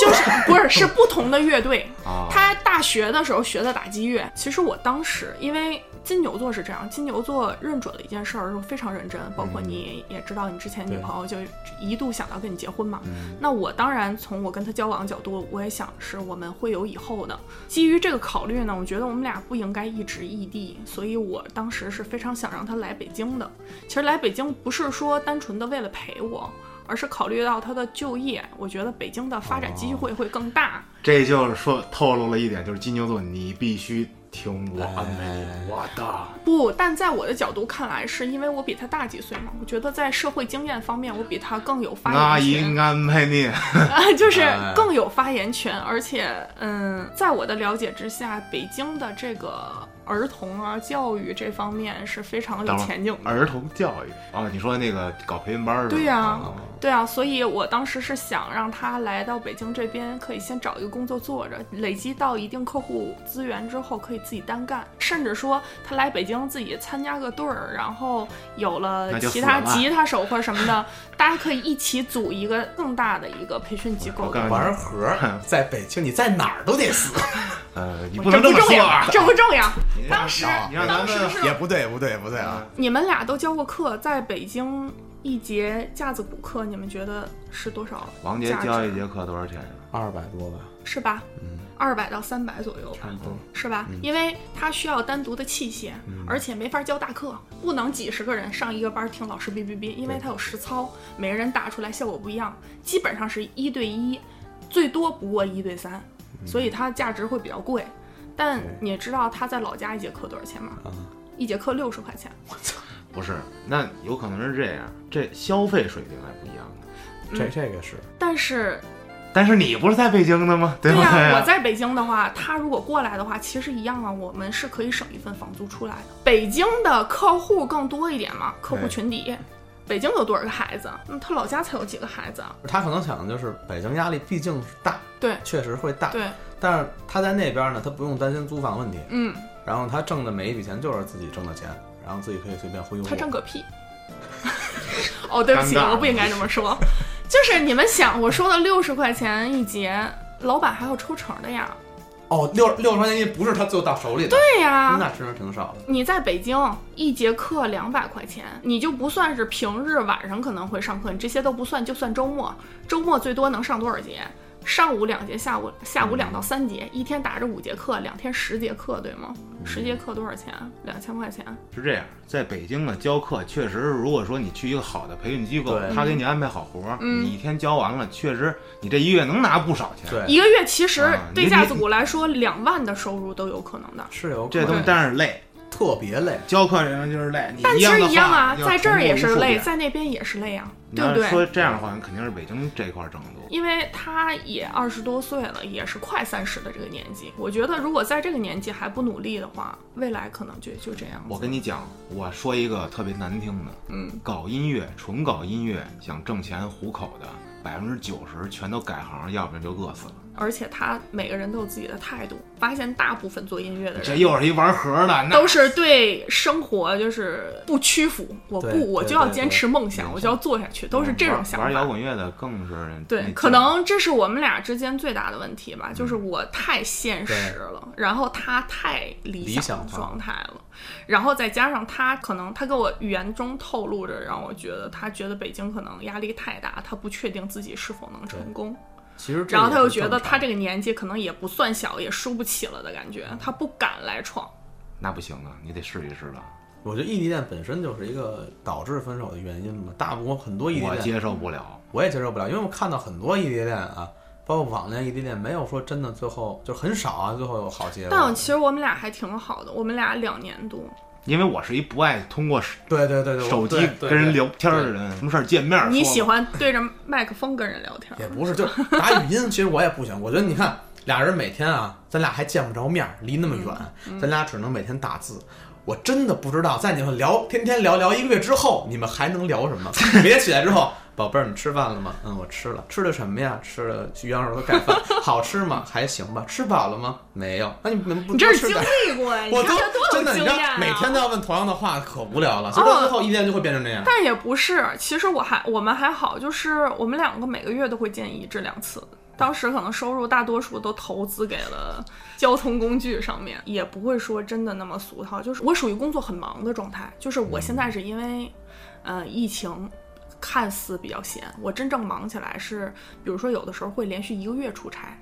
[SPEAKER 3] 就是不是是不同的乐队。
[SPEAKER 2] 啊！
[SPEAKER 3] 他大学的时候学的打击乐，其实我当时因为金牛座是这样，金牛座认准了一件事儿，是非常认真，包括你也知道，你之前女朋友就一度想到跟你结婚嘛。那我当然从我跟他交往的角度，我也想是我们会有以后的。基于这个考虑呢，我觉得我们俩不应该一直异地，所以我当时是非常想让他来北京的。其实来北京不是说单纯的为了陪我。而是考虑到他的就业，我觉得北京的发展机会会更大。
[SPEAKER 2] 这就是说透露了一点，就是金牛座，你必须听我安排
[SPEAKER 1] 哎
[SPEAKER 2] 你，我的。
[SPEAKER 3] 不，但在我的角度看来，是因为我比他大几岁嘛，我觉得在社会经验方面，我比他更有发
[SPEAKER 2] 那
[SPEAKER 3] 言
[SPEAKER 2] 应
[SPEAKER 3] 权，
[SPEAKER 2] 安排你，
[SPEAKER 3] 啊， 就是
[SPEAKER 1] 哎
[SPEAKER 3] 更有发言权。而且，嗯，在我的了解之下，北京的这个儿童啊教育这方面是非常有
[SPEAKER 2] 等会儿
[SPEAKER 3] 前景的。
[SPEAKER 2] 儿童教育啊！你说那个搞培训班儿是吧？
[SPEAKER 3] 对呀、
[SPEAKER 2] 啊
[SPEAKER 3] 对啊，所以我当时是想让他来到北京这边，可以先找一个工作做着，累积到一定客户资源之后，可以自己单干，甚至说他来北京自己参加个队儿，然后有了
[SPEAKER 2] 那就
[SPEAKER 3] 其
[SPEAKER 2] 死
[SPEAKER 3] 他
[SPEAKER 2] 了
[SPEAKER 3] 吉他手或者什么的，大家可以一起组一个更大的一个培训机
[SPEAKER 2] 我
[SPEAKER 3] 构。
[SPEAKER 2] 告诉你，
[SPEAKER 1] 玩核在北京，你在哪儿都得死。
[SPEAKER 2] 呃，你
[SPEAKER 3] 我
[SPEAKER 2] 不
[SPEAKER 3] 这
[SPEAKER 2] 能
[SPEAKER 3] 不
[SPEAKER 2] 么
[SPEAKER 3] 重
[SPEAKER 2] 说
[SPEAKER 3] 要
[SPEAKER 2] 啊，！
[SPEAKER 3] 这不重要。当时
[SPEAKER 1] 啊
[SPEAKER 2] 你让咱
[SPEAKER 3] 当时
[SPEAKER 2] 们
[SPEAKER 3] 是
[SPEAKER 1] 也不对，不对，不对啊！
[SPEAKER 3] 你们俩都教过课，在北京一节架子鼓课，你们觉得是多少价值？
[SPEAKER 2] 王杰教一节课多少钱啊呀？
[SPEAKER 1] 二百多吧，嗯
[SPEAKER 3] 是吧？二百到三百左右吧。
[SPEAKER 1] 差不
[SPEAKER 2] 嗯
[SPEAKER 1] 多。
[SPEAKER 3] 是吧？因为他需要单独的器械，而且没法教大课，不能几十个人上一个班听老师哔哔哔，因为他有实操，每个人打出来效果不一样，基本上是一对一，最多不过一对三，所以它价值会比较贵。但你也知道他在老家一节课多少钱吗？一节课六十块钱。
[SPEAKER 2] 不是，那有可能是这样，这消费水平还不一样呢。
[SPEAKER 1] 这这个是
[SPEAKER 3] 但是，
[SPEAKER 2] 但是你不是在北京的吗？对啊不
[SPEAKER 3] 呀、
[SPEAKER 2] 对
[SPEAKER 3] 啊我在北京的话，他如果过来的话，其实一样啊，我们是可以省一份房租出来的。北京的客户更多一点嘛，客户
[SPEAKER 2] 对
[SPEAKER 3] 群体，北京有多少个孩子？那他老家才有几个孩子啊？
[SPEAKER 1] 他可能想的就是北京压力毕竟是大，
[SPEAKER 3] 对
[SPEAKER 1] 确实会大，
[SPEAKER 3] 对，
[SPEAKER 1] 但是他在那边呢，他不用担心租房问题，
[SPEAKER 3] 嗯，
[SPEAKER 1] 然后他挣的每一笔钱就是自己挣的钱，然后自己可以随便忽悠。
[SPEAKER 3] 他挣个屁！哦，对不起，
[SPEAKER 2] 尴尬
[SPEAKER 3] 我不应该这么说。就是你们想，我说的六十块钱一节，老板还要抽成的呀。
[SPEAKER 1] 哦，六六十块钱一不是他最后到手里的，对，
[SPEAKER 3] 对啊呀，
[SPEAKER 1] 那真是挺少的。
[SPEAKER 3] 你在北京一节课两百块钱，你就不算是平日晚上可能会上课，你这些都不算，就算周末，周末最多能上多少节？上午两节，下午下午两
[SPEAKER 2] 嗯
[SPEAKER 3] 到三节，一天打着五节课，两天十节课，对吗？十
[SPEAKER 2] 嗯
[SPEAKER 3] 节课多少钱？啊两千块钱。
[SPEAKER 2] 是这样，在北京呢，教课确实，如果说你去一个好的培训机构
[SPEAKER 1] 对，
[SPEAKER 2] 他给你安排好活儿，
[SPEAKER 3] 嗯
[SPEAKER 2] 你一天教完了，确实你这一月能拿不少钱。，
[SPEAKER 1] 对，
[SPEAKER 3] 一个月其实
[SPEAKER 2] 啊你
[SPEAKER 3] 对架子鼓来说，两万的收入都有可能的。
[SPEAKER 1] 是有
[SPEAKER 2] 这东西
[SPEAKER 1] 但
[SPEAKER 2] 但是累，
[SPEAKER 1] 特别累。
[SPEAKER 2] 教课人就是累。你
[SPEAKER 3] 但其实
[SPEAKER 2] 的
[SPEAKER 3] 一样啊，
[SPEAKER 2] 话
[SPEAKER 3] 在这儿也是累，。
[SPEAKER 2] 要重复无数遍
[SPEAKER 3] 在那边也是累啊，
[SPEAKER 2] 你
[SPEAKER 3] 对不
[SPEAKER 2] 要是说
[SPEAKER 3] 对？
[SPEAKER 2] 这样的话，肯定是北京这块儿挣得多。
[SPEAKER 3] 因为他也二十多岁了，也是快三十的这个年纪，我觉得如果在这个年纪还不努力的话，未来可能就就这样。
[SPEAKER 2] 我跟你讲，我说一个特别难听的，
[SPEAKER 3] 嗯，
[SPEAKER 2] 搞音乐，纯搞音乐，想挣钱糊口的，百分之九十全都改行，要不然就饿死了。
[SPEAKER 3] 而且他每个人都有自己的态度，发现大部分做音乐的
[SPEAKER 2] 这
[SPEAKER 3] 人。
[SPEAKER 2] 又是一玩盒儿的，那
[SPEAKER 3] 都是对生活就是不屈服，我
[SPEAKER 1] 对
[SPEAKER 3] 不，我
[SPEAKER 1] 对
[SPEAKER 3] 就要
[SPEAKER 1] 对
[SPEAKER 3] 坚
[SPEAKER 1] 对
[SPEAKER 3] 持梦想，我就要做下去，都是这种想法。
[SPEAKER 2] 玩玩摇滚乐的更是那
[SPEAKER 3] 对，
[SPEAKER 2] 劲
[SPEAKER 3] 可
[SPEAKER 2] 儿
[SPEAKER 3] 能这是我们俩之间最大的问题
[SPEAKER 1] 嗯
[SPEAKER 3] 吧，就是我太现实了，然后他太理
[SPEAKER 1] 理
[SPEAKER 3] 想
[SPEAKER 1] 想
[SPEAKER 3] 的
[SPEAKER 1] 化
[SPEAKER 3] 状态了，然后再加上他可能他跟我语言中透露着，让我觉得他觉得北京可能压力太大，他不确定自己是否能成功，
[SPEAKER 1] 其实这
[SPEAKER 3] 然后
[SPEAKER 1] 也
[SPEAKER 3] 他又
[SPEAKER 1] 是
[SPEAKER 3] 觉得
[SPEAKER 1] 正常
[SPEAKER 3] 他这个年纪可能也不算小，也输不起了的感觉，他不敢来闯。
[SPEAKER 2] 那不行啊，你得试一试了。
[SPEAKER 1] 我觉得异地恋本身就是一个导致分手的原因嘛。大部分很多异地
[SPEAKER 2] 我
[SPEAKER 1] 恋
[SPEAKER 2] 接受不了，
[SPEAKER 1] 我也接受不了，因为我看到很多异地恋啊，包括网恋、异地恋，没有说真的最后就很少啊，最后有好结
[SPEAKER 3] 但
[SPEAKER 1] 果。
[SPEAKER 3] 其实我们俩还挺好的，我们俩两年多，
[SPEAKER 2] 因为我是一不爱通过手
[SPEAKER 1] 对对对对，我
[SPEAKER 2] 手机
[SPEAKER 1] 对对
[SPEAKER 2] 跟人
[SPEAKER 1] 对
[SPEAKER 2] 聊天儿的人，什么事儿见面儿说吧。
[SPEAKER 3] 你喜欢对着麦克风跟人聊天
[SPEAKER 1] 也
[SPEAKER 3] 儿，
[SPEAKER 1] 不是，就打语音，其实我也不行。我觉得你看，俩人每天啊，咱俩还见不着面儿，离那么远，咱俩只能每天打字。我真的不知道，在你们聊天天聊聊一个月之后，你们还能聊什么？每天起来之后，宝贝儿，你吃饭了吗？嗯，我吃了。吃的什么呀？吃了鱼羊肉和盖饭，好吃吗？还行吧。吃饱了吗？没有。那你们不
[SPEAKER 3] 你这
[SPEAKER 1] 多吃
[SPEAKER 3] 是经
[SPEAKER 1] 点儿？
[SPEAKER 3] 历过呀？你
[SPEAKER 1] 我
[SPEAKER 3] 看
[SPEAKER 1] 都
[SPEAKER 3] 他多
[SPEAKER 1] 真的，你
[SPEAKER 3] 有经
[SPEAKER 1] 知道
[SPEAKER 3] 验啊！哦
[SPEAKER 1] 每天都要问同样的话，可无聊了。所以到最后，异地恋就会变成这样。
[SPEAKER 3] 但也不是，其实我还我们还好，就是我们两个每个月都会见一至两次。当时可能收入大多数都投资给了交通工具上面，也不会说真的那么俗套。就是我属于工作很忙的状态，就是我现在是因为，呃，疫情看似比较闲，我真正忙起来是，比如说有的时候会连续一个月出差，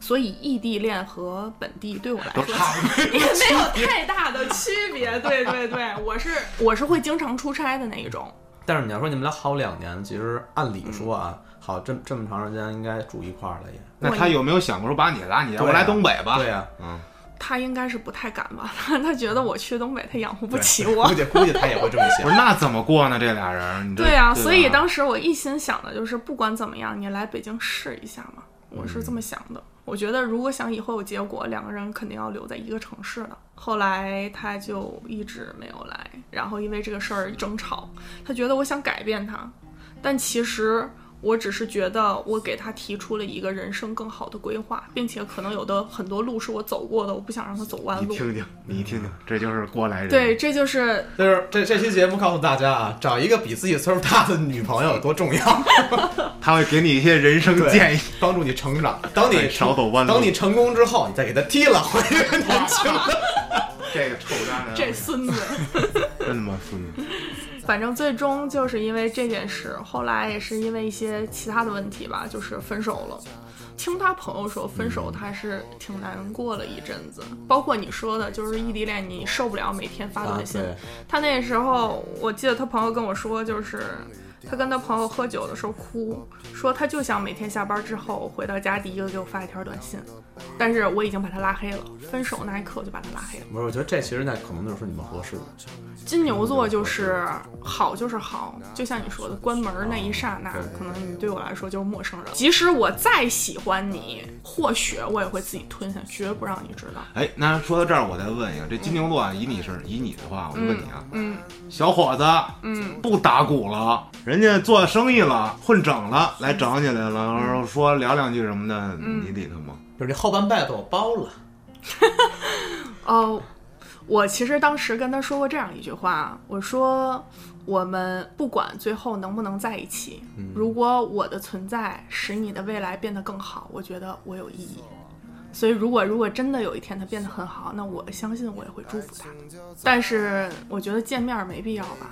[SPEAKER 3] 所以异地恋和本地对我来说也没有太大的区别。对对对，我是我是会经常出差的那一种。
[SPEAKER 1] 但是你要说你们俩好两年，其实按理说啊，好这这么长时间应该住一块儿了也。
[SPEAKER 2] 那他有没有想过说把你拉你，
[SPEAKER 1] 对啊
[SPEAKER 2] 我来东北吧？
[SPEAKER 1] 对呀、
[SPEAKER 2] 嗯，
[SPEAKER 3] 他应该是不太敢吧？ 他觉得我去东北，他养活不起
[SPEAKER 1] 估
[SPEAKER 3] 我。
[SPEAKER 1] 计估计他也会这么
[SPEAKER 2] 不
[SPEAKER 1] 想。
[SPEAKER 2] 是那怎么过呢？这俩人，你这
[SPEAKER 3] 对啊呀、所以
[SPEAKER 2] 吧
[SPEAKER 3] 当时我一心想的就是，不管怎么样，你来北京试一下嘛。我是这么想的。我觉得如果想以后有结果，两个人肯定要留在一个城市的。后来他就一直没有来，然后因为这个事儿争吵，他觉得我想改变他，但其实我只是觉得我给他提出了一个人生更好的规划，并且可能有的很多路是我走过的，我不想让他走弯
[SPEAKER 2] 你
[SPEAKER 3] 路。
[SPEAKER 2] 听听，你听听，这就是过来人。
[SPEAKER 3] 对，，这就是
[SPEAKER 1] 就是这这期节目告诉大家啊，找一个比自己岁数大的女朋友有多重要，
[SPEAKER 2] 他会给你一些人生
[SPEAKER 1] 对
[SPEAKER 2] 建议。
[SPEAKER 1] 帮助你成长。当你
[SPEAKER 2] 对少走弯路
[SPEAKER 1] 当你成功之后，你再给他踢了， 回去年轻的。
[SPEAKER 2] 这个臭渣男，
[SPEAKER 3] 这孙子。
[SPEAKER 2] 真他妈孙子！
[SPEAKER 3] 嗯 反正最终就是因为这件事，后来也是因为一些其他的问题吧，就是分手了。听他朋友说，分手他是挺难过了一阵子，包括你说的，就是异地恋，啊
[SPEAKER 1] 啊
[SPEAKER 3] 你受不了每天发短信。
[SPEAKER 1] 对
[SPEAKER 3] 他那时候，我记得他朋友跟我说，就是他跟他朋友喝酒的时候哭，说他就想每天下班之后回到家第一个给我发一条短信，但是我已经把他拉黑了，分手那一刻我就把他拉黑了。
[SPEAKER 1] 不是，我觉得这其实那可能就是你们合适的。
[SPEAKER 3] 金牛座就是好就是好，就像你说的，关门那一刹那
[SPEAKER 1] 对，
[SPEAKER 3] 可能你对我来说就是陌生人。即使我再喜欢你，或许我也会自己吞下，绝不让你知道。
[SPEAKER 2] 哎，那说到这儿，我再问一个，这金牛座啊，以你是以你的话，我就问你啊，
[SPEAKER 3] 嗯
[SPEAKER 2] 小伙子，
[SPEAKER 3] 嗯，
[SPEAKER 2] 不打鼓了，人家做生意了，混整了，来找你来了，然后说聊两句什么的，
[SPEAKER 3] 嗯
[SPEAKER 2] 你理他吗？
[SPEAKER 1] 就是这后半辈子我包了，
[SPEAKER 3] 哦，我其实当时跟他说过这样一句话，我说我们不管最后能不能在一起，
[SPEAKER 1] 嗯
[SPEAKER 3] 如果我的存在使你的未来变得更好，我觉得我有意义。所以，如果如果真的有一天他变得很好，那我相信我也会祝福他的。但是，我觉得见面没必要吧。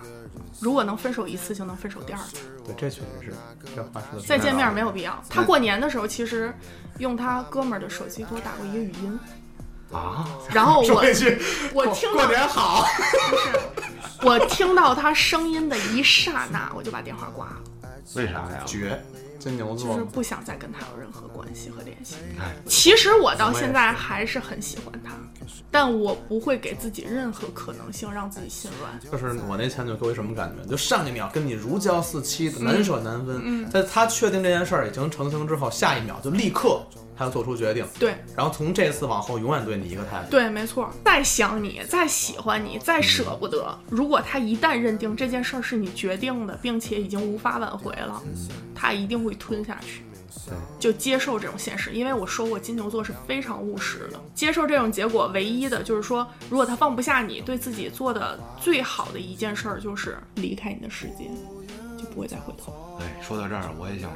[SPEAKER 3] 如果能分手一次，就能分手第二次。
[SPEAKER 1] 对，这确实是，这话说的
[SPEAKER 3] 再见面没有必要。他过年的时候，其实用他哥们儿的手机给我打过一个语音，
[SPEAKER 2] 啊，
[SPEAKER 3] 然后我
[SPEAKER 1] 说一句，
[SPEAKER 3] 我
[SPEAKER 1] 过
[SPEAKER 3] 听
[SPEAKER 1] 过
[SPEAKER 3] 到
[SPEAKER 1] 年好，
[SPEAKER 3] 我听到他声音的一刹那，我就把电话挂了，
[SPEAKER 2] 为啥 呀？
[SPEAKER 1] 绝，金牛
[SPEAKER 3] 就
[SPEAKER 1] 座
[SPEAKER 3] 是不想再跟他有任何关系和联系。
[SPEAKER 2] 你看，
[SPEAKER 3] 其实我到现在还是很喜欢他，但我不会给自己任何可能性让自己心软。
[SPEAKER 1] 就是我那前女友给我一什么感觉？就上一秒跟你如胶似漆
[SPEAKER 3] 嗯
[SPEAKER 1] 的，难舍难分，在他确定这件事儿已经成型之后，下一秒就立刻他要做出决定，
[SPEAKER 3] 对
[SPEAKER 1] 然后从这次往后永远对你一个态度。
[SPEAKER 3] 对，没错。再想你，再喜欢你，再舍不得，如果他一旦认定这件事儿是你决定的，并且已经无法挽回了，他一定会吞下去。就接受这种现实，因为我说过金牛座是非常务实的。接受这种结果，唯一的就是说，如果他放不下你，对自己做的最好的一件事儿就是离开你的世界，就不会再回头。
[SPEAKER 2] 哎，说到这儿，我也想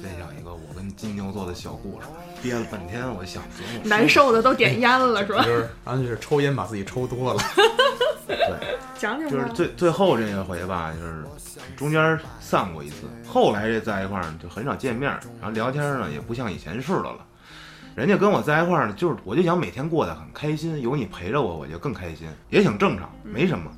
[SPEAKER 2] 分享一个我跟金牛座的小故事，憋了半天，我想琢磨
[SPEAKER 3] 难受的都点烟了是吧？
[SPEAKER 1] 就是，然后就是抽烟把自己抽多了，
[SPEAKER 3] 讲讲
[SPEAKER 2] 就是
[SPEAKER 3] 吧。
[SPEAKER 2] 最最后这一回吧，就是中间散过一次，后来这在一块儿就很少见面儿，然后聊天呢也不像以前似的了。人家跟我在一块儿呢，就是我就想每天过得很开心，有你陪着我，我就更开心，也挺正常，没什么。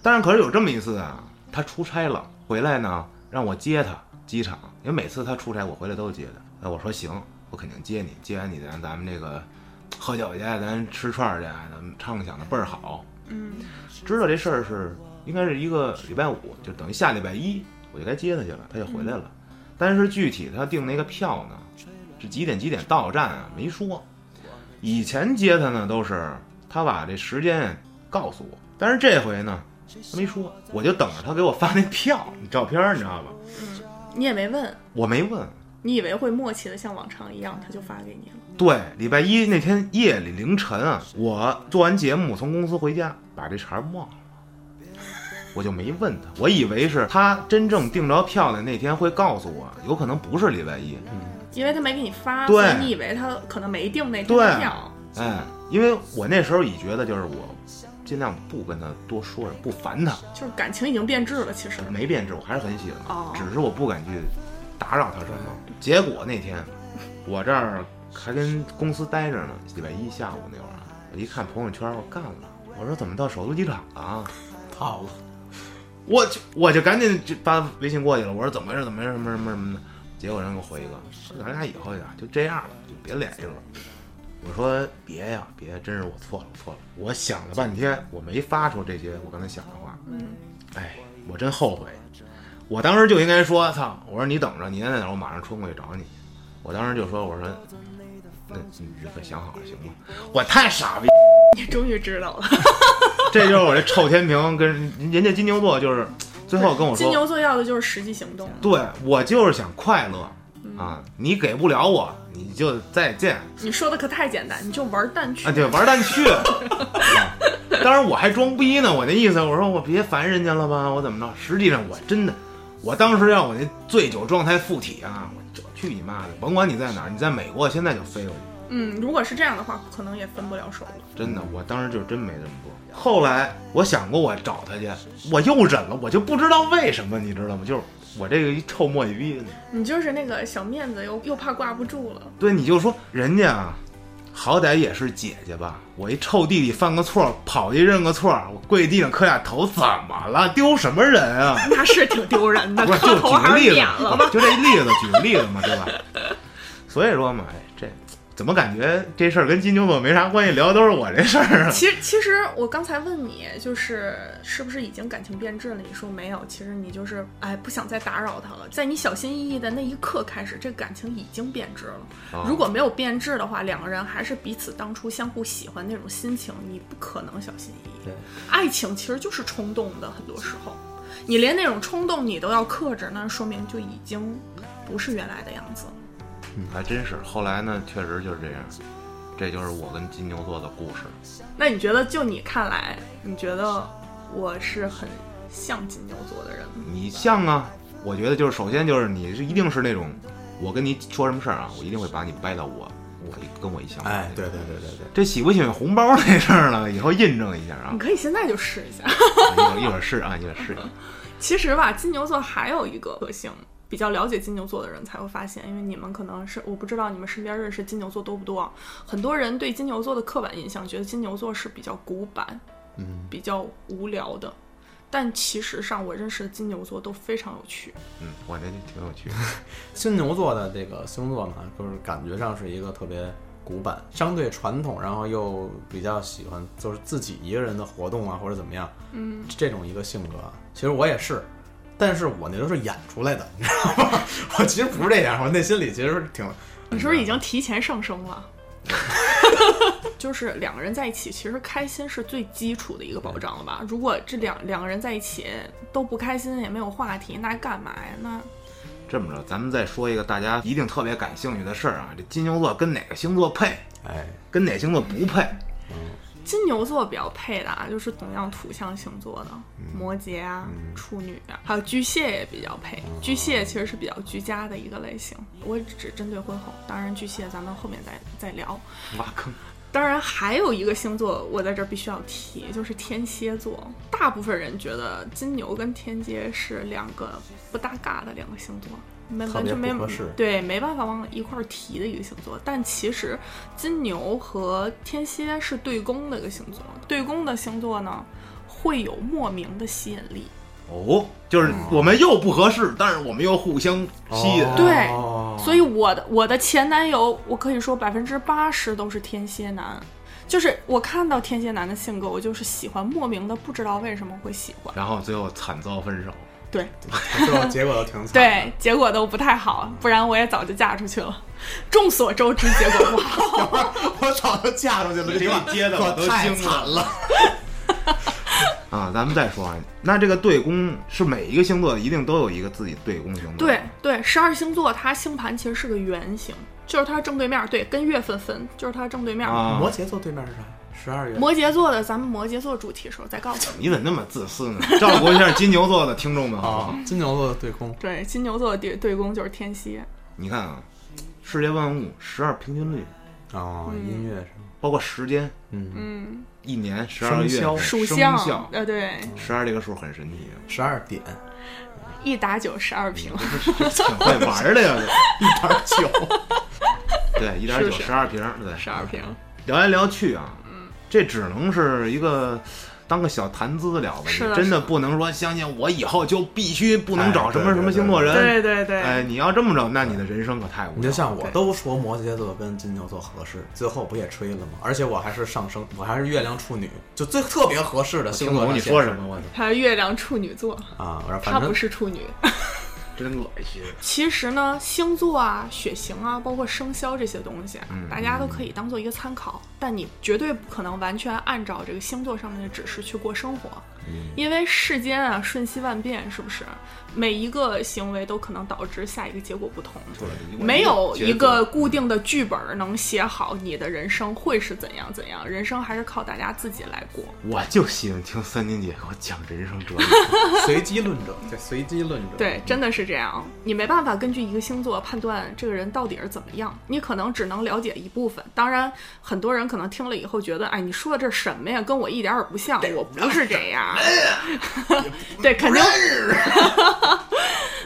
[SPEAKER 2] 但是可是有这么一次啊，他出差了，回来呢让我接他机场，因为每次他出差我回来都接他。那我说行，我肯定接你，接完你咱咱们这个喝酒去，咱吃串儿去，咱们畅想的倍儿好。
[SPEAKER 3] 嗯
[SPEAKER 2] 知道这事儿是应该是一个礼拜五，就等于下礼拜一我就该接他去了，他就回来了。但是具体他订那个票呢，是几点几点到站啊？没说。以前接他呢都是他把这时间告诉我，但是这回呢他没说，我就等着他给我发那票照片儿，你知道吧？
[SPEAKER 3] 嗯，你也没问，
[SPEAKER 2] 我没问。
[SPEAKER 3] 你以为会默契的像往常一样，他就发给你了。
[SPEAKER 2] 对，礼拜一那天夜里凌晨啊，我做完节目从公司回家，把这茬儿忘了，我就没问他，我以为是他真正订着票的那天会告诉我，有可能不是礼拜一，
[SPEAKER 3] 因为他没给你发，
[SPEAKER 2] 对
[SPEAKER 3] 所以你以为他可能没订那天
[SPEAKER 2] 对
[SPEAKER 3] 的票。
[SPEAKER 2] 哎，因为我那时候已觉得就是我尽量不跟他多说什么，不烦他，
[SPEAKER 3] 就是感情已经变质了，其实。
[SPEAKER 2] 没变质，我还是很喜欢他，
[SPEAKER 3] 哦
[SPEAKER 2] 只是我不敢去打扰他什么。结果那天我这儿还跟公司待着呢，礼拜一下午那会儿啊，我一看朋友圈，我干了，我说怎么到首都机场了、啊？
[SPEAKER 1] 套了。
[SPEAKER 2] 我就我就赶紧就发微信过去了，我说怎么回事？怎么回事？什么什么什么的。结果人给我回一个，说咱俩以后呀就这样了，就别联系了。我说别呀，别，真是我错了，我错了。我想了半天，我没发出这些我刚才想的话。
[SPEAKER 3] 嗯，
[SPEAKER 2] 哎，我真后悔，我当时就应该说，操！我说你等着，你在哪儿？我马上冲过去找你。我当时就说，我说，那你你可想好了行吗？我太傻逼，
[SPEAKER 3] 你终于知道了。
[SPEAKER 2] 这就是我这臭天平跟人人家金牛座就是最后跟我
[SPEAKER 3] 金
[SPEAKER 2] 说，
[SPEAKER 3] 牛座要的就是实际行动。
[SPEAKER 2] 对我就是想快乐啊，你给不了我，你就再见
[SPEAKER 3] 你说的可太简单，你就玩蛋去。
[SPEAKER 2] 啊，对，玩蛋去。啊当然我还装逼呢，我那意思，我说我别烦人家了吧，我怎么着？实际上我真的，我当时让我那醉酒状态附体啊，我就去你妈的，甭管你在哪儿，你在美国，现在就飞过去。
[SPEAKER 3] 嗯，如果是这样的话，可能也分不了手了。
[SPEAKER 2] 真的，我当时就真没这么做。后来我想过我找他去，我又忍了，我就不知道为什么，你知道吗？就是我这个一臭墨迹逼，
[SPEAKER 3] 你就是那个小面子又又怕挂不住了。
[SPEAKER 2] 对，你就说人家啊，好歹也是姐姐吧，我一臭弟弟犯个错，跑去认个错，我跪地上磕俩头，怎么了？丢什么人啊？
[SPEAKER 4] 那是挺丢人 的，
[SPEAKER 2] 不是，
[SPEAKER 4] 磕
[SPEAKER 2] 就
[SPEAKER 4] 头
[SPEAKER 2] 举个
[SPEAKER 4] 还
[SPEAKER 2] 例
[SPEAKER 4] 是
[SPEAKER 2] 子
[SPEAKER 4] 免了吧。，
[SPEAKER 2] 就这例子，举个例子嘛，对吧？所以说嘛，哎，这怎么感觉这事儿跟金牛座没啥关系？聊的都是我这事儿啊。
[SPEAKER 3] 其实，其实我刚才问你，就是是不是已经感情变质了？你说没有，其实你就是哎，不想再打扰他了。在你小心翼翼的那一刻开始，这个感情已经变质了。
[SPEAKER 2] 哦
[SPEAKER 3] 如果没有变质的话，两个人还是彼此当初相互喜欢那种心情，你不可能小心翼翼
[SPEAKER 2] 对。
[SPEAKER 3] 爱情其实就是冲动的，很多时候，你连那种冲动你都要克制，那说明就已经不是原来的样子了。
[SPEAKER 2] 嗯还真是，后来呢，确实就是这样。这就是我跟金牛座的故事。
[SPEAKER 3] 那你觉得，就你看来，你觉得我是很像金牛座的人吗？
[SPEAKER 2] 你像啊，我觉得就是首先就是你是一定是那种，我跟你说什么事儿啊，我一定会把你掰到我，我跟我一想法。
[SPEAKER 1] 哎，对对对对对，
[SPEAKER 2] 这喜不喜欢红包这事儿呢，以后印证一下 啊
[SPEAKER 3] 你，可以现在就试一下。
[SPEAKER 2] 一会儿一会儿试啊，一会儿试。
[SPEAKER 3] 其实吧，金牛座还有一个特性，比较了解金牛座的人才会发现，因为你们可能是我不知道你们身边认识金牛座多不多啊，很多人对金牛座的刻板印象，觉得金牛座是比较古板，嗯，比较无聊的。但其实上，我认识的金牛座都非常有趣。
[SPEAKER 2] 嗯，我这挺有趣的。
[SPEAKER 1] 金牛座的这个星座嘛，就是感觉上是一个特别古板、相对传统，然后又比较喜欢就是自己一个人的活动啊，或者怎么样，嗯，这种一个性格。其实我也是，但是我那都是演出来的， 你知道吗？我其实不是这样，我内心里其实是挺……
[SPEAKER 3] 你是不是已经提前上升了？ 就是两个人在一起，其实开心是最基础的一个保障了吧？如果这两两个人在一起都不开心，也没有话题，那干嘛呀？那
[SPEAKER 2] 这么着，咱们再说一个大家一定特别感兴趣的事儿啊，这金牛座跟哪个星座配，
[SPEAKER 1] 哎，
[SPEAKER 2] 跟哪星座不配？
[SPEAKER 3] 金牛座比较配的啊，就是同样土象星座的摩羯啊、处女啊，还有巨蟹也比较配。巨蟹其实是比较居家的一个类型，我只针对婚后，当然巨蟹咱们后面再再聊。
[SPEAKER 2] 挖坑。
[SPEAKER 3] 当然还有一个星座，我在这儿必须要提，就是天蝎座。大部分人觉得金牛跟天蝎是两个不搭嘎的两个星座。没
[SPEAKER 1] 特
[SPEAKER 3] 完
[SPEAKER 1] 别
[SPEAKER 3] 全没
[SPEAKER 1] 不合适
[SPEAKER 3] 对，没办法往一块儿提的一个星座。但其实金牛和天蝎是对宫的一个星座，对宫的星座呢会有莫名的吸引力。
[SPEAKER 2] 哦，就是我们又不合适，但是我们又互相吸引。
[SPEAKER 3] 对
[SPEAKER 1] 哦
[SPEAKER 3] 所以我的我的前男友，我可以说百分之八十都是天蝎男，就是我看到天蝎男的性格，我就是喜欢，莫名的不知道为什么会喜欢。
[SPEAKER 2] 然后最后惨遭分手。
[SPEAKER 3] 对
[SPEAKER 1] 最后结果都挺惨的。
[SPEAKER 3] 对，结果都不太好，不然我也早就嫁出去了。众所周知，结果不好。
[SPEAKER 1] 我早就嫁出去了，
[SPEAKER 2] 这
[SPEAKER 1] 这
[SPEAKER 2] 个
[SPEAKER 1] 个
[SPEAKER 2] 接的我
[SPEAKER 1] 可
[SPEAKER 2] 都
[SPEAKER 1] 太
[SPEAKER 2] 惊
[SPEAKER 1] 惨 了。
[SPEAKER 2] 啊，咱们再说啊，那这个对宫是每一个星座一定都有一个自己对宫星座。
[SPEAKER 3] 对，对，十二星座它星盘其实是个圆形，就是它正对面，对，跟月份分，就是它正对面。
[SPEAKER 2] 啊，
[SPEAKER 1] 摩羯座对面是啥？十二月。
[SPEAKER 3] 摩羯座的，咱们摩羯座主题时候再告诉你。
[SPEAKER 2] 你怎么那么自私呢？照顾一下金牛座的听众们好不好？
[SPEAKER 1] 啊，金牛座的对宫，
[SPEAKER 3] 对，金牛座的对对宫就是天蝎，
[SPEAKER 2] 你看啊，世界万物十二平均律，
[SPEAKER 1] 哦，
[SPEAKER 3] 嗯
[SPEAKER 1] 音乐是吗？
[SPEAKER 2] 包括时间，
[SPEAKER 1] 嗯，
[SPEAKER 2] 一年十二个月，
[SPEAKER 1] 生肖
[SPEAKER 3] 属
[SPEAKER 2] 生
[SPEAKER 3] 相
[SPEAKER 2] 肖，
[SPEAKER 3] 呃，对，
[SPEAKER 2] 十二这个数很神奇，啊
[SPEAKER 1] 十二点
[SPEAKER 3] 一打九十二平。
[SPEAKER 2] 挺会玩儿的 呀。
[SPEAKER 1] 一点九。
[SPEAKER 2] 对，一点九
[SPEAKER 3] 是
[SPEAKER 2] 十二瓶儿，对，
[SPEAKER 3] 十二平，
[SPEAKER 2] 聊来聊去啊，
[SPEAKER 3] 嗯
[SPEAKER 2] 这只能是一个当个小谈资聊吧。
[SPEAKER 3] 是
[SPEAKER 2] 你
[SPEAKER 3] 的
[SPEAKER 2] 真的
[SPEAKER 3] 是的
[SPEAKER 2] 不能说相信我以后就必须不能找
[SPEAKER 1] 哎
[SPEAKER 2] 什么
[SPEAKER 1] 对
[SPEAKER 2] 什
[SPEAKER 1] 对
[SPEAKER 2] 么星座
[SPEAKER 1] 对
[SPEAKER 2] 人。
[SPEAKER 3] 对对对，
[SPEAKER 2] 哎，你要这么着，那你的人生可太无
[SPEAKER 1] 你
[SPEAKER 2] 聊
[SPEAKER 1] 就
[SPEAKER 2] 了。
[SPEAKER 1] 像我都说摩羯座跟金牛座合适，最后不也吹了吗？而且我还是上升，我还是月亮处女，就最特别合适的
[SPEAKER 2] 听
[SPEAKER 1] 星
[SPEAKER 2] 不
[SPEAKER 1] 座
[SPEAKER 2] 懂
[SPEAKER 1] 上
[SPEAKER 2] 你
[SPEAKER 1] 显示。
[SPEAKER 2] 说什么，我操，
[SPEAKER 3] 还有月亮处女座，
[SPEAKER 1] 啊？然后
[SPEAKER 3] 她
[SPEAKER 1] 反
[SPEAKER 3] 不
[SPEAKER 1] 正
[SPEAKER 3] 是处女。
[SPEAKER 2] 真恶心。
[SPEAKER 3] 其实 呢，星座啊、血型啊，包括生肖这些东西啊，
[SPEAKER 2] 嗯
[SPEAKER 3] 大家都可以当做一个参考，但你绝对不可能完全按照这个星座上面的指示去过生活，
[SPEAKER 2] 嗯
[SPEAKER 3] 因为世间啊瞬息万变，是不是？每一个行为都可能导致下一个结果不同。
[SPEAKER 2] 对我
[SPEAKER 3] 没有
[SPEAKER 2] 觉
[SPEAKER 3] 一个
[SPEAKER 2] 得
[SPEAKER 3] 固定的剧本能写好你的人生会是怎样怎样，人生还是靠大家自己来过。
[SPEAKER 2] 我就喜欢听三金姐给我讲人生 哲理。
[SPEAKER 1] 随机论证， 对，随机论证。
[SPEAKER 3] 对，真的是这样。你没办法根据一个星座判断这个人到底是怎么样，你可能只能了解一部分。当然，很多人可能听了以后觉得，哎，你说的这什么呀？跟我一点儿也不像， 我不是这样。对，肯定。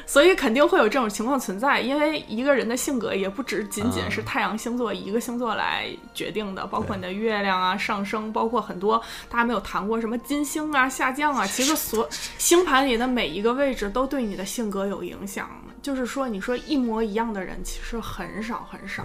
[SPEAKER 3] 所以肯定会有这种情况存在，因为一个人的性格也不只仅仅是
[SPEAKER 1] 嗯
[SPEAKER 3] 太阳星座一个星座来决定的，包括你的月亮啊、上升，包括很多大家没有谈过什么金星啊、下降啊，其实所星盘里的每一个位置都对你的性格有影响。就是说，你说一模一样的人其实很少很少，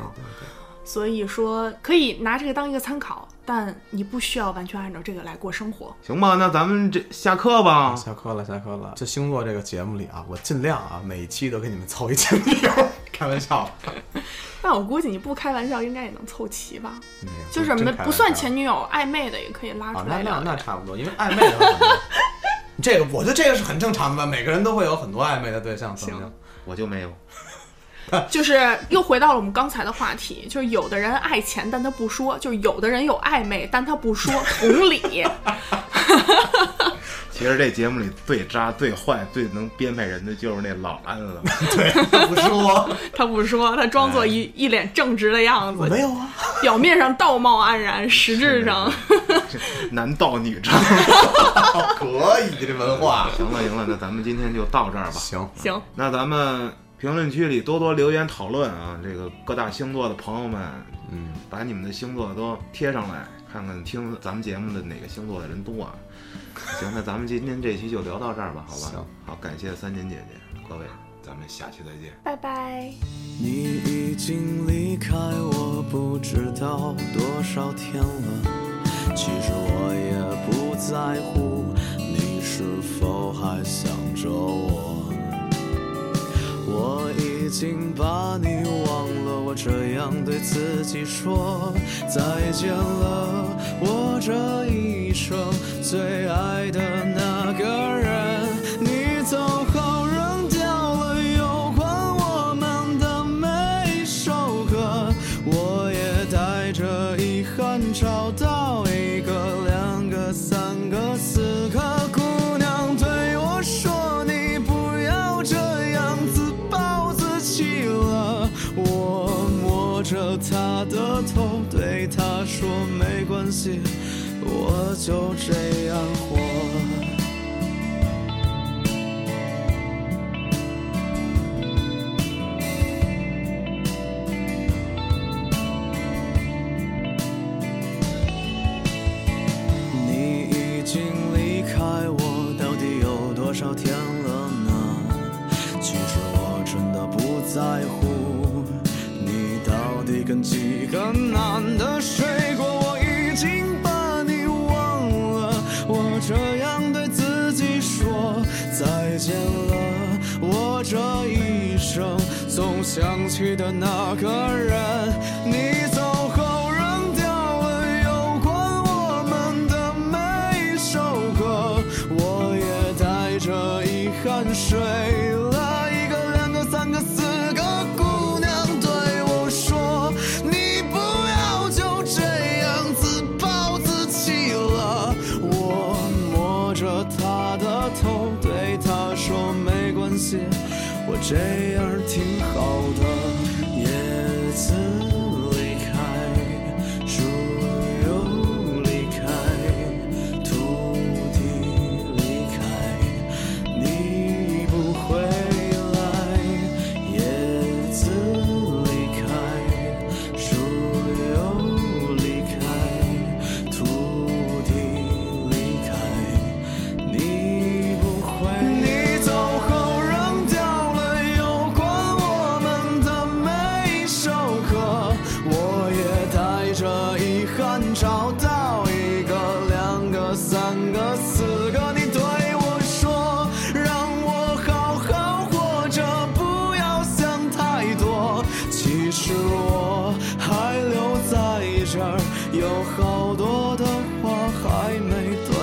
[SPEAKER 3] 所以说可以拿这个当一个参考，但你不需要完全按照这个来过生活。
[SPEAKER 2] 行吧，那咱们这下课吧。
[SPEAKER 1] 下课了，下课了。这星座这个节目里啊，我尽量啊，每一期都给你们凑一前女友。 开玩笑，
[SPEAKER 3] 但我估计你不开玩笑，应该也能凑齐吧？
[SPEAKER 1] 没有
[SPEAKER 3] 就是
[SPEAKER 1] 嗯
[SPEAKER 3] 没
[SPEAKER 1] 真开玩
[SPEAKER 3] 不算
[SPEAKER 1] 笑
[SPEAKER 3] 前女友暧昧的也可以拉
[SPEAKER 1] 啊，
[SPEAKER 3] 出
[SPEAKER 1] 那
[SPEAKER 3] 来
[SPEAKER 1] 那
[SPEAKER 3] 聊。
[SPEAKER 1] 那差不多，因为暧昧的话，这个我觉得这个是很正常的吧，每个人都会有很多暧昧的对象。曾经
[SPEAKER 3] 行
[SPEAKER 2] 我就没有，
[SPEAKER 3] 就是又回到了我们刚才的话题，就是有的人爱钱，但他不说；就是有的人有暧昧，但他 不说。同理，
[SPEAKER 2] 其实这节目里最渣、最坏、最能编排人的就是那老安了。 对，不说，
[SPEAKER 3] 他不说，他装作
[SPEAKER 1] 哎
[SPEAKER 3] 一、一脸正直的样
[SPEAKER 1] 我
[SPEAKER 3] 子，
[SPEAKER 1] 没有啊，
[SPEAKER 3] 表面上道貌岸然，实质 上
[SPEAKER 2] 男盗女娼。
[SPEAKER 1] 哦可以这文化。
[SPEAKER 2] 行了行了，那咱们今天就到这儿吧。
[SPEAKER 1] 行，
[SPEAKER 3] 行。
[SPEAKER 2] 那咱们评论区里多多留言讨论啊，这个各大星座的朋友们，
[SPEAKER 1] 嗯，
[SPEAKER 2] 把你们的星座都贴上来，看看听咱们节目的哪个星座的人多啊。行，那咱们今天这期就聊到这儿吧，好吧？
[SPEAKER 1] 行，
[SPEAKER 2] 好，感谢三年姐姐，各位，咱们下期再见。
[SPEAKER 3] 拜拜。
[SPEAKER 4] 你已经离开我不知道多少天了，其实我也不在乎你是否还想着我。我已经把你忘了，我这样对自己说再见了。我这一生最爱的那个人，你走后扔掉了有关我们的每首歌，我也带着遗憾找到一个、两个、三个、四个姑娘对我说你不要这样自暴自弃了。我摸着她的头，对她说没关系，我就这样活。你已经离开我，到底有多少天了呢？其实我真的不在乎，你到底跟几个男的睡过？我已经把你忘了，我这样对自己说再见了。我这一生总想起的那个人，你走后扔掉了有关我们的每一首歌，我也带着遗憾睡了一个、两个、三个、四个姑娘对我说，你不要就这样自暴自弃了。我摸着她的头，对她说没关系，我这样挺好的。叶子离开，树又离开，土地离开，你不回来。叶子离开，树又离开，土地离开，你不回。你走后扔掉了有关我们的每一首歌，我也带着遗憾找到一个、两个、三个、四个。你对我说，让我好好活着，不要想太多。其实我还留在这儿，有好多的话还没多。